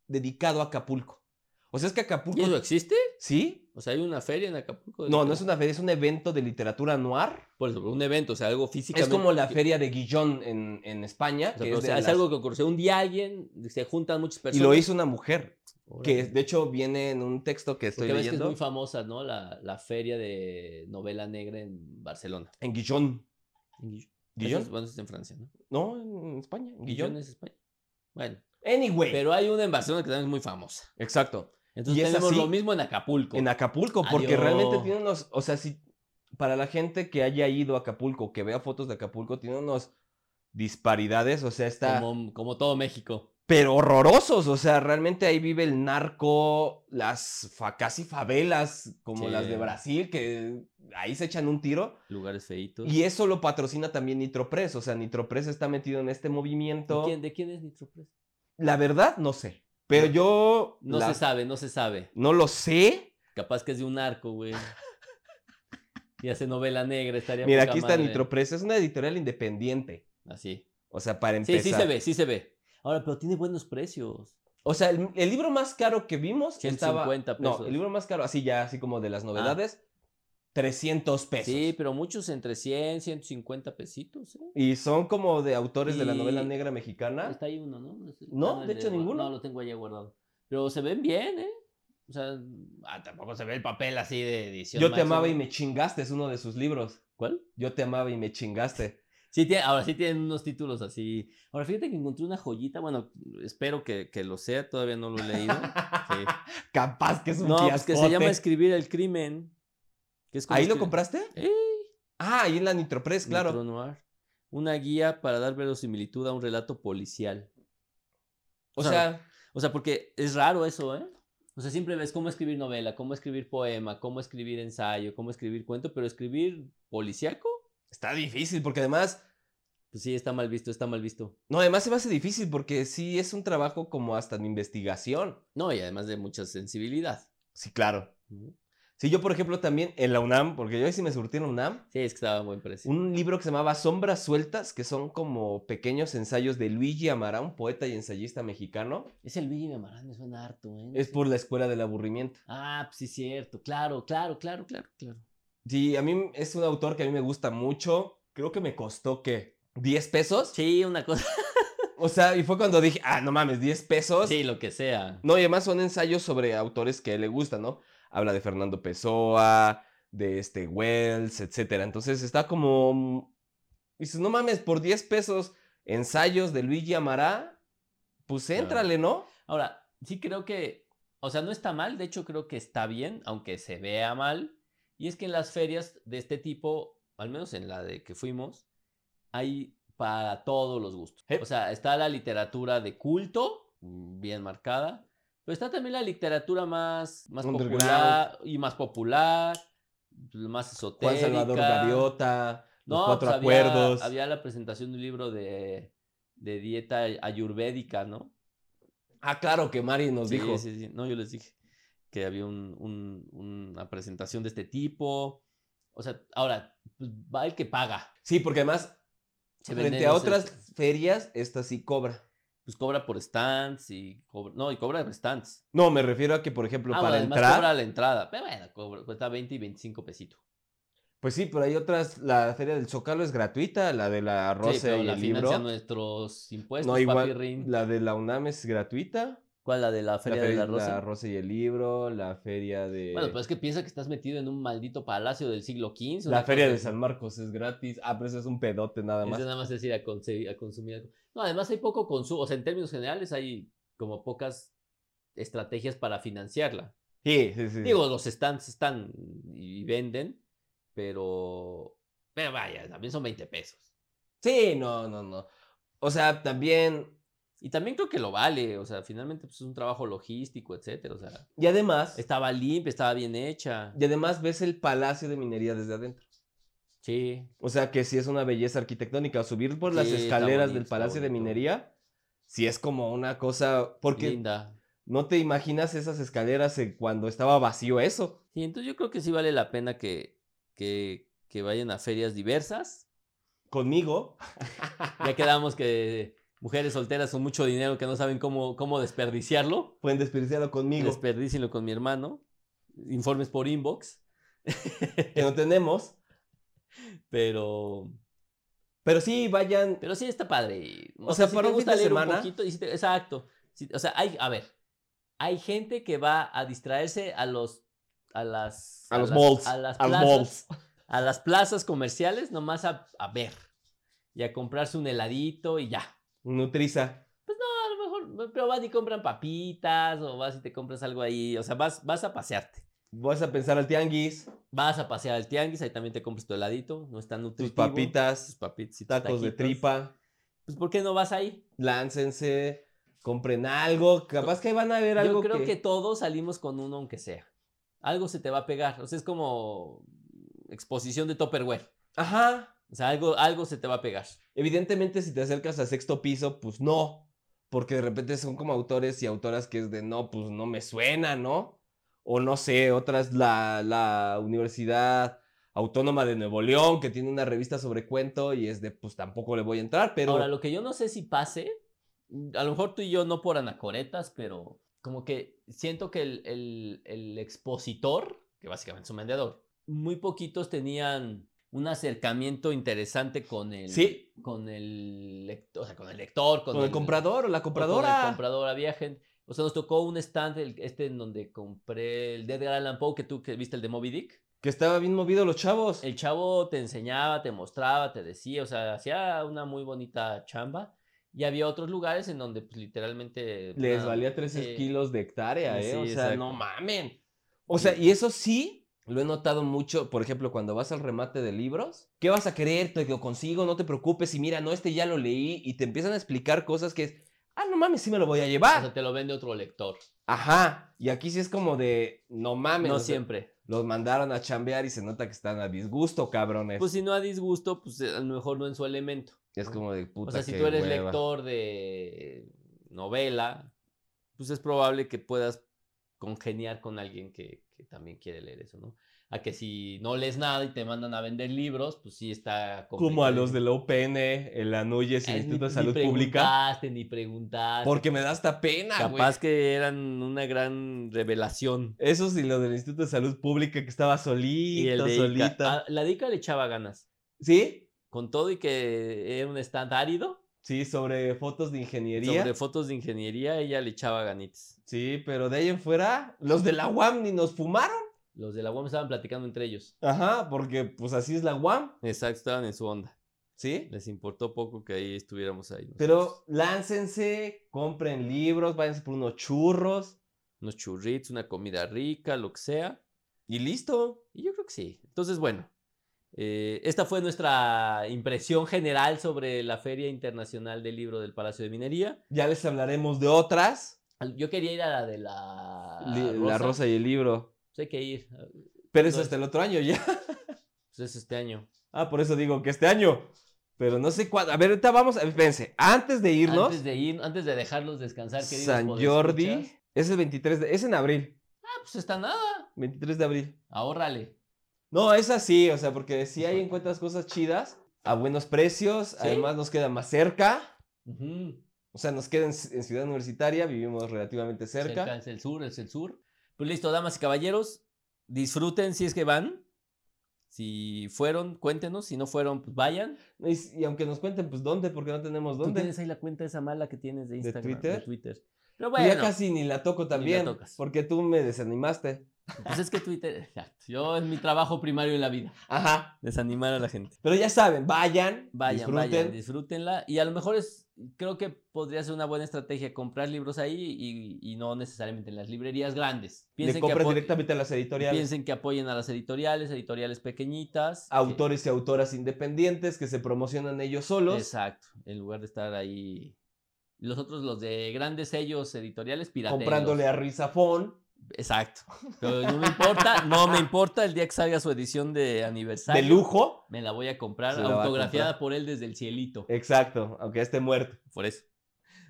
[SPEAKER 2] dedicado a Acapulco. O sea, es que
[SPEAKER 1] ¿Y
[SPEAKER 2] Acapulco...
[SPEAKER 1] eso existe?
[SPEAKER 2] ¿Sí?
[SPEAKER 1] O sea, hay una feria en Acapulco. de
[SPEAKER 2] No, no es
[SPEAKER 1] literatura?
[SPEAKER 2] una feria, es un evento de literatura noir.
[SPEAKER 1] Por eso, un evento, o sea, algo físico.
[SPEAKER 2] Es como la feria de Guillón en, en España.
[SPEAKER 1] O sea,
[SPEAKER 2] que
[SPEAKER 1] pero,
[SPEAKER 2] es
[SPEAKER 1] o sea,
[SPEAKER 2] de
[SPEAKER 1] es
[SPEAKER 2] las-
[SPEAKER 1] algo que ocurrió. Un día alguien, se juntan muchas
[SPEAKER 2] Y
[SPEAKER 1] personas.
[SPEAKER 2] lo hizo una mujer, que
[SPEAKER 1] Órale.
[SPEAKER 2] de hecho viene en un texto que estoy
[SPEAKER 1] Porque ves que es
[SPEAKER 2] leyendo
[SPEAKER 1] muy famosa, ¿no? La, la feria de novela negra en Barcelona.
[SPEAKER 2] en Guillón.
[SPEAKER 1] En Guillón.
[SPEAKER 2] ¿Guillón?
[SPEAKER 1] Eso es- bueno, eso es en Francia, ¿no?
[SPEAKER 2] No, en España, en
[SPEAKER 1] Guillón
[SPEAKER 2] Guillón.
[SPEAKER 1] es España. Bueno,
[SPEAKER 2] Anyway.
[SPEAKER 1] pero hay una en Barcelona que también es muy famosa.
[SPEAKER 2] Exacto.
[SPEAKER 1] Entonces
[SPEAKER 2] Y es
[SPEAKER 1] tenemos
[SPEAKER 2] así
[SPEAKER 1] lo mismo en Acapulco.
[SPEAKER 2] En Acapulco, porque
[SPEAKER 1] Adiós.
[SPEAKER 2] realmente tiene unos, o sea, si para la gente que haya ido a Acapulco, que vea fotos de Acapulco, tiene unos disparidades, o sea, está...
[SPEAKER 1] como, como todo México.
[SPEAKER 2] pero horrorosos. O sea, realmente ahí vive el narco, las fa- casi favelas como
[SPEAKER 1] Sí.
[SPEAKER 2] las de Brasil, que ahí se echan un tiro.
[SPEAKER 1] Lugares feitos.
[SPEAKER 2] Y eso lo patrocina también Nitropress. O sea, Nitropress está metido en este movimiento.
[SPEAKER 1] ¿De quién, de quién es Nitropress?
[SPEAKER 2] La verdad, no sé. Pero yo.
[SPEAKER 1] No
[SPEAKER 2] la-
[SPEAKER 1] se sabe, no se sabe.
[SPEAKER 2] No lo sé.
[SPEAKER 1] Capaz que es de un arco, güey. Y hace novela negra, estaría
[SPEAKER 2] Mira,
[SPEAKER 1] poca
[SPEAKER 2] aquí está
[SPEAKER 1] madre.
[SPEAKER 2] Nitropress. Es una editorial independiente.
[SPEAKER 1] Así.
[SPEAKER 2] O sea, para
[SPEAKER 1] Sí,
[SPEAKER 2] empezar.
[SPEAKER 1] sí se ve, sí se ve. Ahora, pero tiene buenos precios.
[SPEAKER 2] O sea, el, el libro más caro que vimos estaba.
[SPEAKER 1] 150
[SPEAKER 2] No,
[SPEAKER 1] pesos. Ah.
[SPEAKER 2] el libro más caro, así ya, así como de las novedades, 300 pesos.
[SPEAKER 1] Sí, pero muchos entre 100, 150 pesitos. ¿eh?
[SPEAKER 2] Y son como de autores de la novela
[SPEAKER 1] Y-
[SPEAKER 2] negra mexicana.
[SPEAKER 1] Está ahí uno, ¿no? No, sé,
[SPEAKER 2] No,
[SPEAKER 1] está en
[SPEAKER 2] de
[SPEAKER 1] el
[SPEAKER 2] hecho,
[SPEAKER 1] gua-
[SPEAKER 2] ninguno.
[SPEAKER 1] No, lo tengo allá guardado. Pero se ven bien, ¿eh? O sea, ah, tampoco se ve el papel así de edición.
[SPEAKER 2] Yo te
[SPEAKER 1] máxima.
[SPEAKER 2] amaba y me chingaste, es uno de sus libros.
[SPEAKER 1] ¿Cuál?
[SPEAKER 2] Yo te amaba y me chingaste.
[SPEAKER 1] Sí, tiene- ahora sí tienen unos títulos así. Ahora fíjate que encontré una joyita. Bueno, espero que, que lo sea, todavía no lo he leído. Sí.
[SPEAKER 2] Capaz que es un
[SPEAKER 1] No, pues que se
[SPEAKER 2] fiascote.
[SPEAKER 1] llama Escribir el Crimen. que es como
[SPEAKER 2] ¿Ahí lo
[SPEAKER 1] escri-
[SPEAKER 2] compraste?
[SPEAKER 1] ¡Eh!
[SPEAKER 2] Ah, ahí en la Nitropress, claro.
[SPEAKER 1] Metro Noir. Una guía para dar verosimilitud a un relato policial.
[SPEAKER 2] O sea,
[SPEAKER 1] O sea, porque es raro eso, ¿eh? O sea, siempre ves cómo escribir novela, cómo escribir poema, cómo escribir ensayo, cómo escribir cuento, pero escribir policiaco,
[SPEAKER 2] está difícil porque además,
[SPEAKER 1] pues sí, está mal visto, está mal visto.
[SPEAKER 2] no, además se me hace difícil porque sí es un trabajo como hasta de investigación.
[SPEAKER 1] No, y además de mucha sensibilidad.
[SPEAKER 2] Sí, claro.
[SPEAKER 1] Ujú.
[SPEAKER 2] Sí, yo por ejemplo también en la UNAM, porque yo ahí sí me surtí en la UNAM,
[SPEAKER 1] Sí, es que estaba a buen precio.
[SPEAKER 2] un libro que se llamaba Sombras Sueltas, que son como pequeños ensayos de Luigi Amará, un poeta y ensayista mexicano.
[SPEAKER 1] Ese Luigi Amarán me suena harto, ¿eh? No
[SPEAKER 2] Es
[SPEAKER 1] sé.
[SPEAKER 2] por la escuela del aburrimiento.
[SPEAKER 1] Ah, pues sí, cierto. Claro, claro, claro, claro, claro.
[SPEAKER 2] Sí, a mí es un autor que a mí me gusta mucho. Creo que me costó, ¿qué? ¿10 pesos?
[SPEAKER 1] Sí, una cosa.
[SPEAKER 2] O sea, y fue cuando dije, ah, no mames, 10 pesos.
[SPEAKER 1] Sí, lo que sea.
[SPEAKER 2] No, y además son ensayos sobre autores que a él le gustan, ¿no? Habla de Fernando Pessoa, de este Wells, etcétera. Entonces está como. mm, Dices, no mames, por 10 pesos, ensayos de Luigi Amará, pues éntrale, ¿no?
[SPEAKER 1] Ahora, sí creo que, o sea, no está mal, de hecho creo que está bien, aunque se vea mal. Y es que en las ferias de este tipo, al menos en la de que fuimos, hay para todos los gustos.
[SPEAKER 2] Sí.
[SPEAKER 1] O sea, está la literatura de culto, mm, bien marcada, pero está también la literatura más, más
[SPEAKER 2] Underground.
[SPEAKER 1] popular y más popular, pues, más esotérica.
[SPEAKER 2] Juan Salvador Gaviota, Los
[SPEAKER 1] No,
[SPEAKER 2] Cuatro
[SPEAKER 1] pues había,
[SPEAKER 2] Acuerdos.
[SPEAKER 1] había la presentación de un libro de, de dieta ayurvédica, ¿no?
[SPEAKER 2] Ah, claro, que Mari nos
[SPEAKER 1] Sí,
[SPEAKER 2] dijo.
[SPEAKER 1] sí, sí. No, yo les dije que había un- un- una presentación de este tipo. O sea, ahora, pues, va el que paga.
[SPEAKER 2] Sí, porque además,
[SPEAKER 1] Se
[SPEAKER 2] frente
[SPEAKER 1] venden
[SPEAKER 2] a
[SPEAKER 1] los-
[SPEAKER 2] otras ferias, esta sí cobra.
[SPEAKER 1] Pues cobra por stands y cobra... No, y cobra por stands.
[SPEAKER 2] No, me refiero a que, por ejemplo,
[SPEAKER 1] Ah, bueno,
[SPEAKER 2] para
[SPEAKER 1] además
[SPEAKER 2] entrar.
[SPEAKER 1] cobra la entrada. Pero bueno, cobra- cuesta 20 y 25 pesitos.
[SPEAKER 2] Pues sí, pero hay otras. La feria del Zócalo es gratuita, la de la
[SPEAKER 1] Sí,
[SPEAKER 2] Rosa
[SPEAKER 1] pero
[SPEAKER 2] y
[SPEAKER 1] la
[SPEAKER 2] el
[SPEAKER 1] financia
[SPEAKER 2] libro.
[SPEAKER 1] nuestros impuestos,
[SPEAKER 2] No,
[SPEAKER 1] papi
[SPEAKER 2] igual.
[SPEAKER 1] Rin.
[SPEAKER 2] La de la UNAM es gratuita.
[SPEAKER 1] ¿Cuál, la de la Feria de la Rosa?
[SPEAKER 2] y el libro, la feria de.
[SPEAKER 1] Bueno, pues es que piensa que estás metido en un maldito palacio del siglo XV.
[SPEAKER 2] la
[SPEAKER 1] una
[SPEAKER 2] feria
[SPEAKER 1] cosa
[SPEAKER 2] de
[SPEAKER 1] así.
[SPEAKER 2] San Marcos es gratis. Ah, pero eso es un pedote nada
[SPEAKER 1] Es
[SPEAKER 2] más.
[SPEAKER 1] de nada más decir a, conse- a consumir. algo. No, además hay poco consumo. O sea, en términos generales hay como pocas estrategias para financiarla.
[SPEAKER 2] Sí, sí, sí.
[SPEAKER 1] Digo, los stands están y venden, pero. Pero vaya, también son 20 pesos.
[SPEAKER 2] sí, no, no, no. O sea, también.
[SPEAKER 1] Y también creo que lo vale. O sea, finalmente pues, es un trabajo logístico, etcétera. O sea,
[SPEAKER 2] Y además.
[SPEAKER 1] estaba limpia, estaba bien hecha.
[SPEAKER 2] Y además ves el Palacio de Minería desde adentro.
[SPEAKER 1] Sí.
[SPEAKER 2] O sea que sí es una belleza arquitectónica. Subir por las
[SPEAKER 1] Sí, está
[SPEAKER 2] escaleras
[SPEAKER 1] bonito,
[SPEAKER 2] del
[SPEAKER 1] está
[SPEAKER 2] Palacio de
[SPEAKER 1] bonito.
[SPEAKER 2] Minería, sí es como una cosa. Porque
[SPEAKER 1] Linda.
[SPEAKER 2] no te imaginas esas escaleras en cuando estaba vacío eso.
[SPEAKER 1] Sí, entonces yo creo que sí vale la pena que, que, que vayan a ferias diversas.
[SPEAKER 2] Conmigo.
[SPEAKER 1] Ya quedamos que mujeres solteras con mucho dinero que no saben cómo, cómo desperdiciarlo.
[SPEAKER 2] Pueden desperdiciarlo conmigo.
[SPEAKER 1] Desperdícienlo con mi hermano. Informes por inbox.
[SPEAKER 2] que no tenemos.
[SPEAKER 1] Pero,
[SPEAKER 2] Pero sí, vayan.
[SPEAKER 1] pero sí está padre.
[SPEAKER 2] O sea, para un fin de
[SPEAKER 1] leer
[SPEAKER 2] semana.
[SPEAKER 1] poquito, y si te- exacto. Si- o sea, hay, a ver, hay gente que va a distraerse a los, a las,
[SPEAKER 2] A los
[SPEAKER 1] las-
[SPEAKER 2] malls,
[SPEAKER 1] a las
[SPEAKER 2] a los
[SPEAKER 1] plazas,
[SPEAKER 2] malls.
[SPEAKER 1] a las plazas comerciales nomás a, a ver y a comprarse un heladito y ya.
[SPEAKER 2] Nutriza.
[SPEAKER 1] a lo mejor, pero vas y compran papitas o vas y te compras algo ahí. O sea, vas, vas a pasearte.
[SPEAKER 2] Vas a pensar al tianguis,
[SPEAKER 1] Vas a pasear al tianguis, ahí también te compras tu heladito, no es tan
[SPEAKER 2] tus
[SPEAKER 1] nutritivo. Tus
[SPEAKER 2] papitas,
[SPEAKER 1] papitas y tus
[SPEAKER 2] tacos de
[SPEAKER 1] taquitos.
[SPEAKER 2] tripa,
[SPEAKER 1] Pues, ¿por qué no vas ahí?
[SPEAKER 2] láncense, compren algo. Capaz que van a ver algo
[SPEAKER 1] Yo creo
[SPEAKER 2] que...
[SPEAKER 1] que... todos salimos con uno, aunque sea. Algo se te va a pegar. O sea, es como exposición de Tupperware.
[SPEAKER 2] Ajá.
[SPEAKER 1] O sea, algo, algo se te va a pegar.
[SPEAKER 2] Evidentemente, si te acercas a sexto piso, pues no. Porque de repente son como autores y autoras que es de no, pues no me suena, ¿no? O no sé, otras, la, la Universidad Autónoma de Nuevo León, que tiene una revista sobre cuento y es de, pues tampoco le voy a entrar, pero.
[SPEAKER 1] Ahora, lo que yo no sé si pase, mm, a lo mejor tú y yo no por anacoretas, pero como que siento que el, el- el expositor, que básicamente es un vendedor, muy poquitos tenían un acercamiento interesante con el,
[SPEAKER 2] Sí.
[SPEAKER 1] con el, lector, o sea, con el lector, con,
[SPEAKER 2] con el comprador o la
[SPEAKER 1] o con el
[SPEAKER 2] compradora.
[SPEAKER 1] comprador. Había gente, o sea, nos tocó un stand, el- este en donde compré el de Edgar Allan Poe, que tú que viste el de Moby Dick.
[SPEAKER 2] Que estaba bien movido los chavos.
[SPEAKER 1] El chavo te enseñaba, te mostraba, te decía, o sea, hacía una muy bonita chamba. Y había otros lugares en donde pues, literalmente... eh,
[SPEAKER 2] Les
[SPEAKER 1] nada,
[SPEAKER 2] valía 13
[SPEAKER 1] Ah, sí.
[SPEAKER 2] kilos de hectárea,
[SPEAKER 1] Sí,
[SPEAKER 2] ¿eh? O sea,
[SPEAKER 1] exacto.
[SPEAKER 2] no mamen. O sea, y eso sí lo he notado mucho. Por ejemplo, cuando vas al remate de libros, ¿qué vas a querer? Te lo consigo, no te preocupes. Y mira, no, este ya lo leí. Y te empiezan a explicar cosas que es, ah, no mames, sí me lo voy a
[SPEAKER 1] O
[SPEAKER 2] llevar.
[SPEAKER 1] sea, te lo vende otro lector.
[SPEAKER 2] Ajá. Y aquí sí es como Ah, de, no mames. o
[SPEAKER 1] No
[SPEAKER 2] sea,
[SPEAKER 1] siempre.
[SPEAKER 2] Los mandaron a chambear y se nota que están a disgusto, cabrones.
[SPEAKER 1] Pues si no a disgusto, pues eh, a lo mejor no en su elemento.
[SPEAKER 2] es
[SPEAKER 1] ¿no?
[SPEAKER 2] como de puta.
[SPEAKER 1] O sea, si
[SPEAKER 2] qué
[SPEAKER 1] tú eres
[SPEAKER 2] hueva.
[SPEAKER 1] lector de novela, pues es probable que puedas congeniar con alguien que, que también quiere leer eso, ¿no? a que si no lees nada y te mandan a vender libros, pues sí está
[SPEAKER 2] Como a los de la UPN, el ANUYES,
[SPEAKER 1] Ah,
[SPEAKER 2] el
[SPEAKER 1] ni-
[SPEAKER 2] Instituto de
[SPEAKER 1] ni
[SPEAKER 2] Salud Pública.
[SPEAKER 1] preguntaste, Ni preguntaste,
[SPEAKER 2] Porque me da hasta pena, güey.
[SPEAKER 1] Ah, Capaz que eran una gran revelación.
[SPEAKER 2] Eso sí, lo del Instituto de Salud Pública que estaba solito,
[SPEAKER 1] Y el de Ica-
[SPEAKER 2] solita.
[SPEAKER 1] ah, la Dica le echaba ganas.
[SPEAKER 2] ¿Sí?
[SPEAKER 1] Con todo y que era un stand árido,
[SPEAKER 2] Sí, sobre fotos de ingeniería.
[SPEAKER 1] sobre fotos de ingeniería, ella le echaba ganitas.
[SPEAKER 2] Sí, pero de ahí en fuera, los de la UAM ni nos fumaron.
[SPEAKER 1] Los de la UAM estaban platicando entre ellos.
[SPEAKER 2] Ajá, porque pues así es la UAM,
[SPEAKER 1] Exacto, estaban en su onda.
[SPEAKER 2] ¿sí?
[SPEAKER 1] Les importó poco que ahí estuviéramos ahí.
[SPEAKER 2] Pero
[SPEAKER 1] nosotros.
[SPEAKER 2] láncense, compren libros, váyanse por unos churros
[SPEAKER 1] Unos churritos, una comida rica, lo que sea.
[SPEAKER 2] y listo.
[SPEAKER 1] Y yo creo que sí. Entonces, bueno, eh, esta fue nuestra impresión general sobre la Feria Internacional del Libro del Palacio de Minería.
[SPEAKER 2] Ya les hablaremos de otras.
[SPEAKER 1] Al- Yo quería ir a la de la
[SPEAKER 2] Li- La rosa y el libro.
[SPEAKER 1] Pues hay que ir. ah,
[SPEAKER 2] Pero eso
[SPEAKER 1] No,
[SPEAKER 2] hasta el otro año ya.
[SPEAKER 1] Pues es este año.
[SPEAKER 2] Ah, por eso digo que este año. Pero no sé cuándo. A ver, ahorita vamos. Espérense, antes de irnos,
[SPEAKER 1] Antes de ir, antes de dejarlos descansar, queridos
[SPEAKER 2] San Jordi
[SPEAKER 1] podescuchas.
[SPEAKER 2] es el 23 de. Es en abril.
[SPEAKER 1] Ah, pues está nada.
[SPEAKER 2] 23 de abril.
[SPEAKER 1] Ahórrale.
[SPEAKER 2] No, es así, o sea, porque si ahí encuentras cosas chidas, a buenos precios, además nos queda más cerca,
[SPEAKER 1] Ujú.
[SPEAKER 2] o sea, nos queda en, ci- en Ciudad Universitaria, vivimos relativamente cerca.
[SPEAKER 1] Cerca Es el sur, es el sur. Pues listo, damas y caballeros, disfruten si es que van. Si fueron, cuéntenos. Si no fueron, pues vayan.
[SPEAKER 2] Y, s- y aunque nos cuenten, pues, ¿dónde? Porque no tenemos
[SPEAKER 1] ¿Dónde?
[SPEAKER 2] dónde.
[SPEAKER 1] Tú tienes ahí la cuenta esa mala que tienes de Instagram. ¿De Twitter?
[SPEAKER 2] Twitter?
[SPEAKER 1] Pero
[SPEAKER 2] Y
[SPEAKER 1] bueno,
[SPEAKER 2] Ya casi ni la toco también,
[SPEAKER 1] tocas.
[SPEAKER 2] porque tú me desanimaste.
[SPEAKER 1] pues es que Twitter, exacto. Yo es mi trabajo primario en la vida,
[SPEAKER 2] Ajá,
[SPEAKER 1] desanimar a la gente.
[SPEAKER 2] pero ya saben, vayan,
[SPEAKER 1] Vayan,
[SPEAKER 2] disfruten.
[SPEAKER 1] vayan, disfrútenla. Y a lo mejor es, creo que podría ser una buena estrategia comprar libros ahí y, y no necesariamente en las librerías grandes.
[SPEAKER 2] le
[SPEAKER 1] Piensen que,
[SPEAKER 2] compras
[SPEAKER 1] apo-
[SPEAKER 2] directamente a las editoriales,
[SPEAKER 1] piensen que apoyen a las editoriales, editoriales pequeñitas. que-
[SPEAKER 2] autores y autoras independientes que se promocionan ellos solos.
[SPEAKER 1] Exacto, en lugar de estar ahí. Los otros, los de grandes sellos editoriales, pirateros.
[SPEAKER 2] Comprándole a Rizafón
[SPEAKER 1] Exacto. Pero no me importa, no me importa el día que salga su edición de aniversario.
[SPEAKER 2] de lujo.
[SPEAKER 1] Me la voy a comprar
[SPEAKER 2] Se la va a
[SPEAKER 1] autografiada
[SPEAKER 2] comprar.
[SPEAKER 1] por él desde el cielito.
[SPEAKER 2] Exacto, aunque esté muerto.
[SPEAKER 1] Por eso.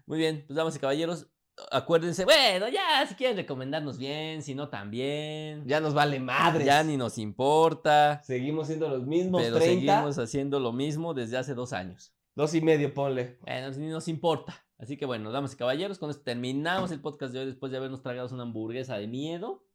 [SPEAKER 1] Muy bien, pues damas y caballeros, acuérdense, bueno, ya si quieren recomendarnos bien, si no también.
[SPEAKER 2] Ya nos vale madre.
[SPEAKER 1] Ya ni nos importa.
[SPEAKER 2] Seguimos siendo los mismos
[SPEAKER 1] Pero
[SPEAKER 2] 30.
[SPEAKER 1] seguimos haciendo lo mismo desde hace dos años.
[SPEAKER 2] Dos y medio, ponle.
[SPEAKER 1] Bueno, ni nos importa. Así que bueno, damas y caballeros, con esto terminamos el podcast de hoy después de habernos tragado una hamburguesa de miedo.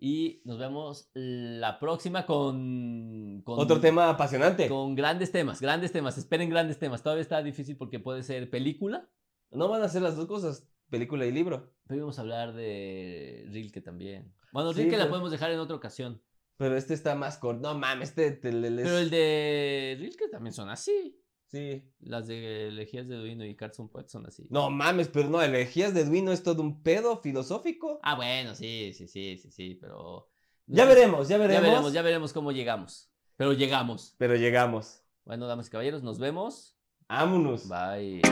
[SPEAKER 1] Y nos vemos la próxima con, con-
[SPEAKER 2] Otro tema apasionante.
[SPEAKER 1] Con grandes temas, grandes temas. Esperen grandes temas. Todavía está difícil porque puede ser película.
[SPEAKER 2] No van a ser las dos cosas, película y libro.
[SPEAKER 1] Pero íbamos a hablar de Rilke también. Bueno,
[SPEAKER 2] Sí, pues.
[SPEAKER 1] Rilke la
[SPEAKER 2] pero-
[SPEAKER 1] podemos dejar en otra ocasión.
[SPEAKER 2] Pero este está más corto. No mames, este te le- les-
[SPEAKER 1] Pero el de Rilke también son así.
[SPEAKER 2] Sí.
[SPEAKER 1] Las de Elegías de Duino y Carson Poet son así.
[SPEAKER 2] No mames, pero no, elegías de Duino es todo un pedo filosófico.
[SPEAKER 1] Ah, bueno, sí, sí, sí, sí, sí, pero...
[SPEAKER 2] Ya veremos, ya veremos.
[SPEAKER 1] Ya veremos, ya veremos cómo llegamos. Pero llegamos.
[SPEAKER 2] Pero llegamos.
[SPEAKER 1] Bueno, damas y caballeros, nos vemos.
[SPEAKER 2] Vámonos.
[SPEAKER 1] Bye.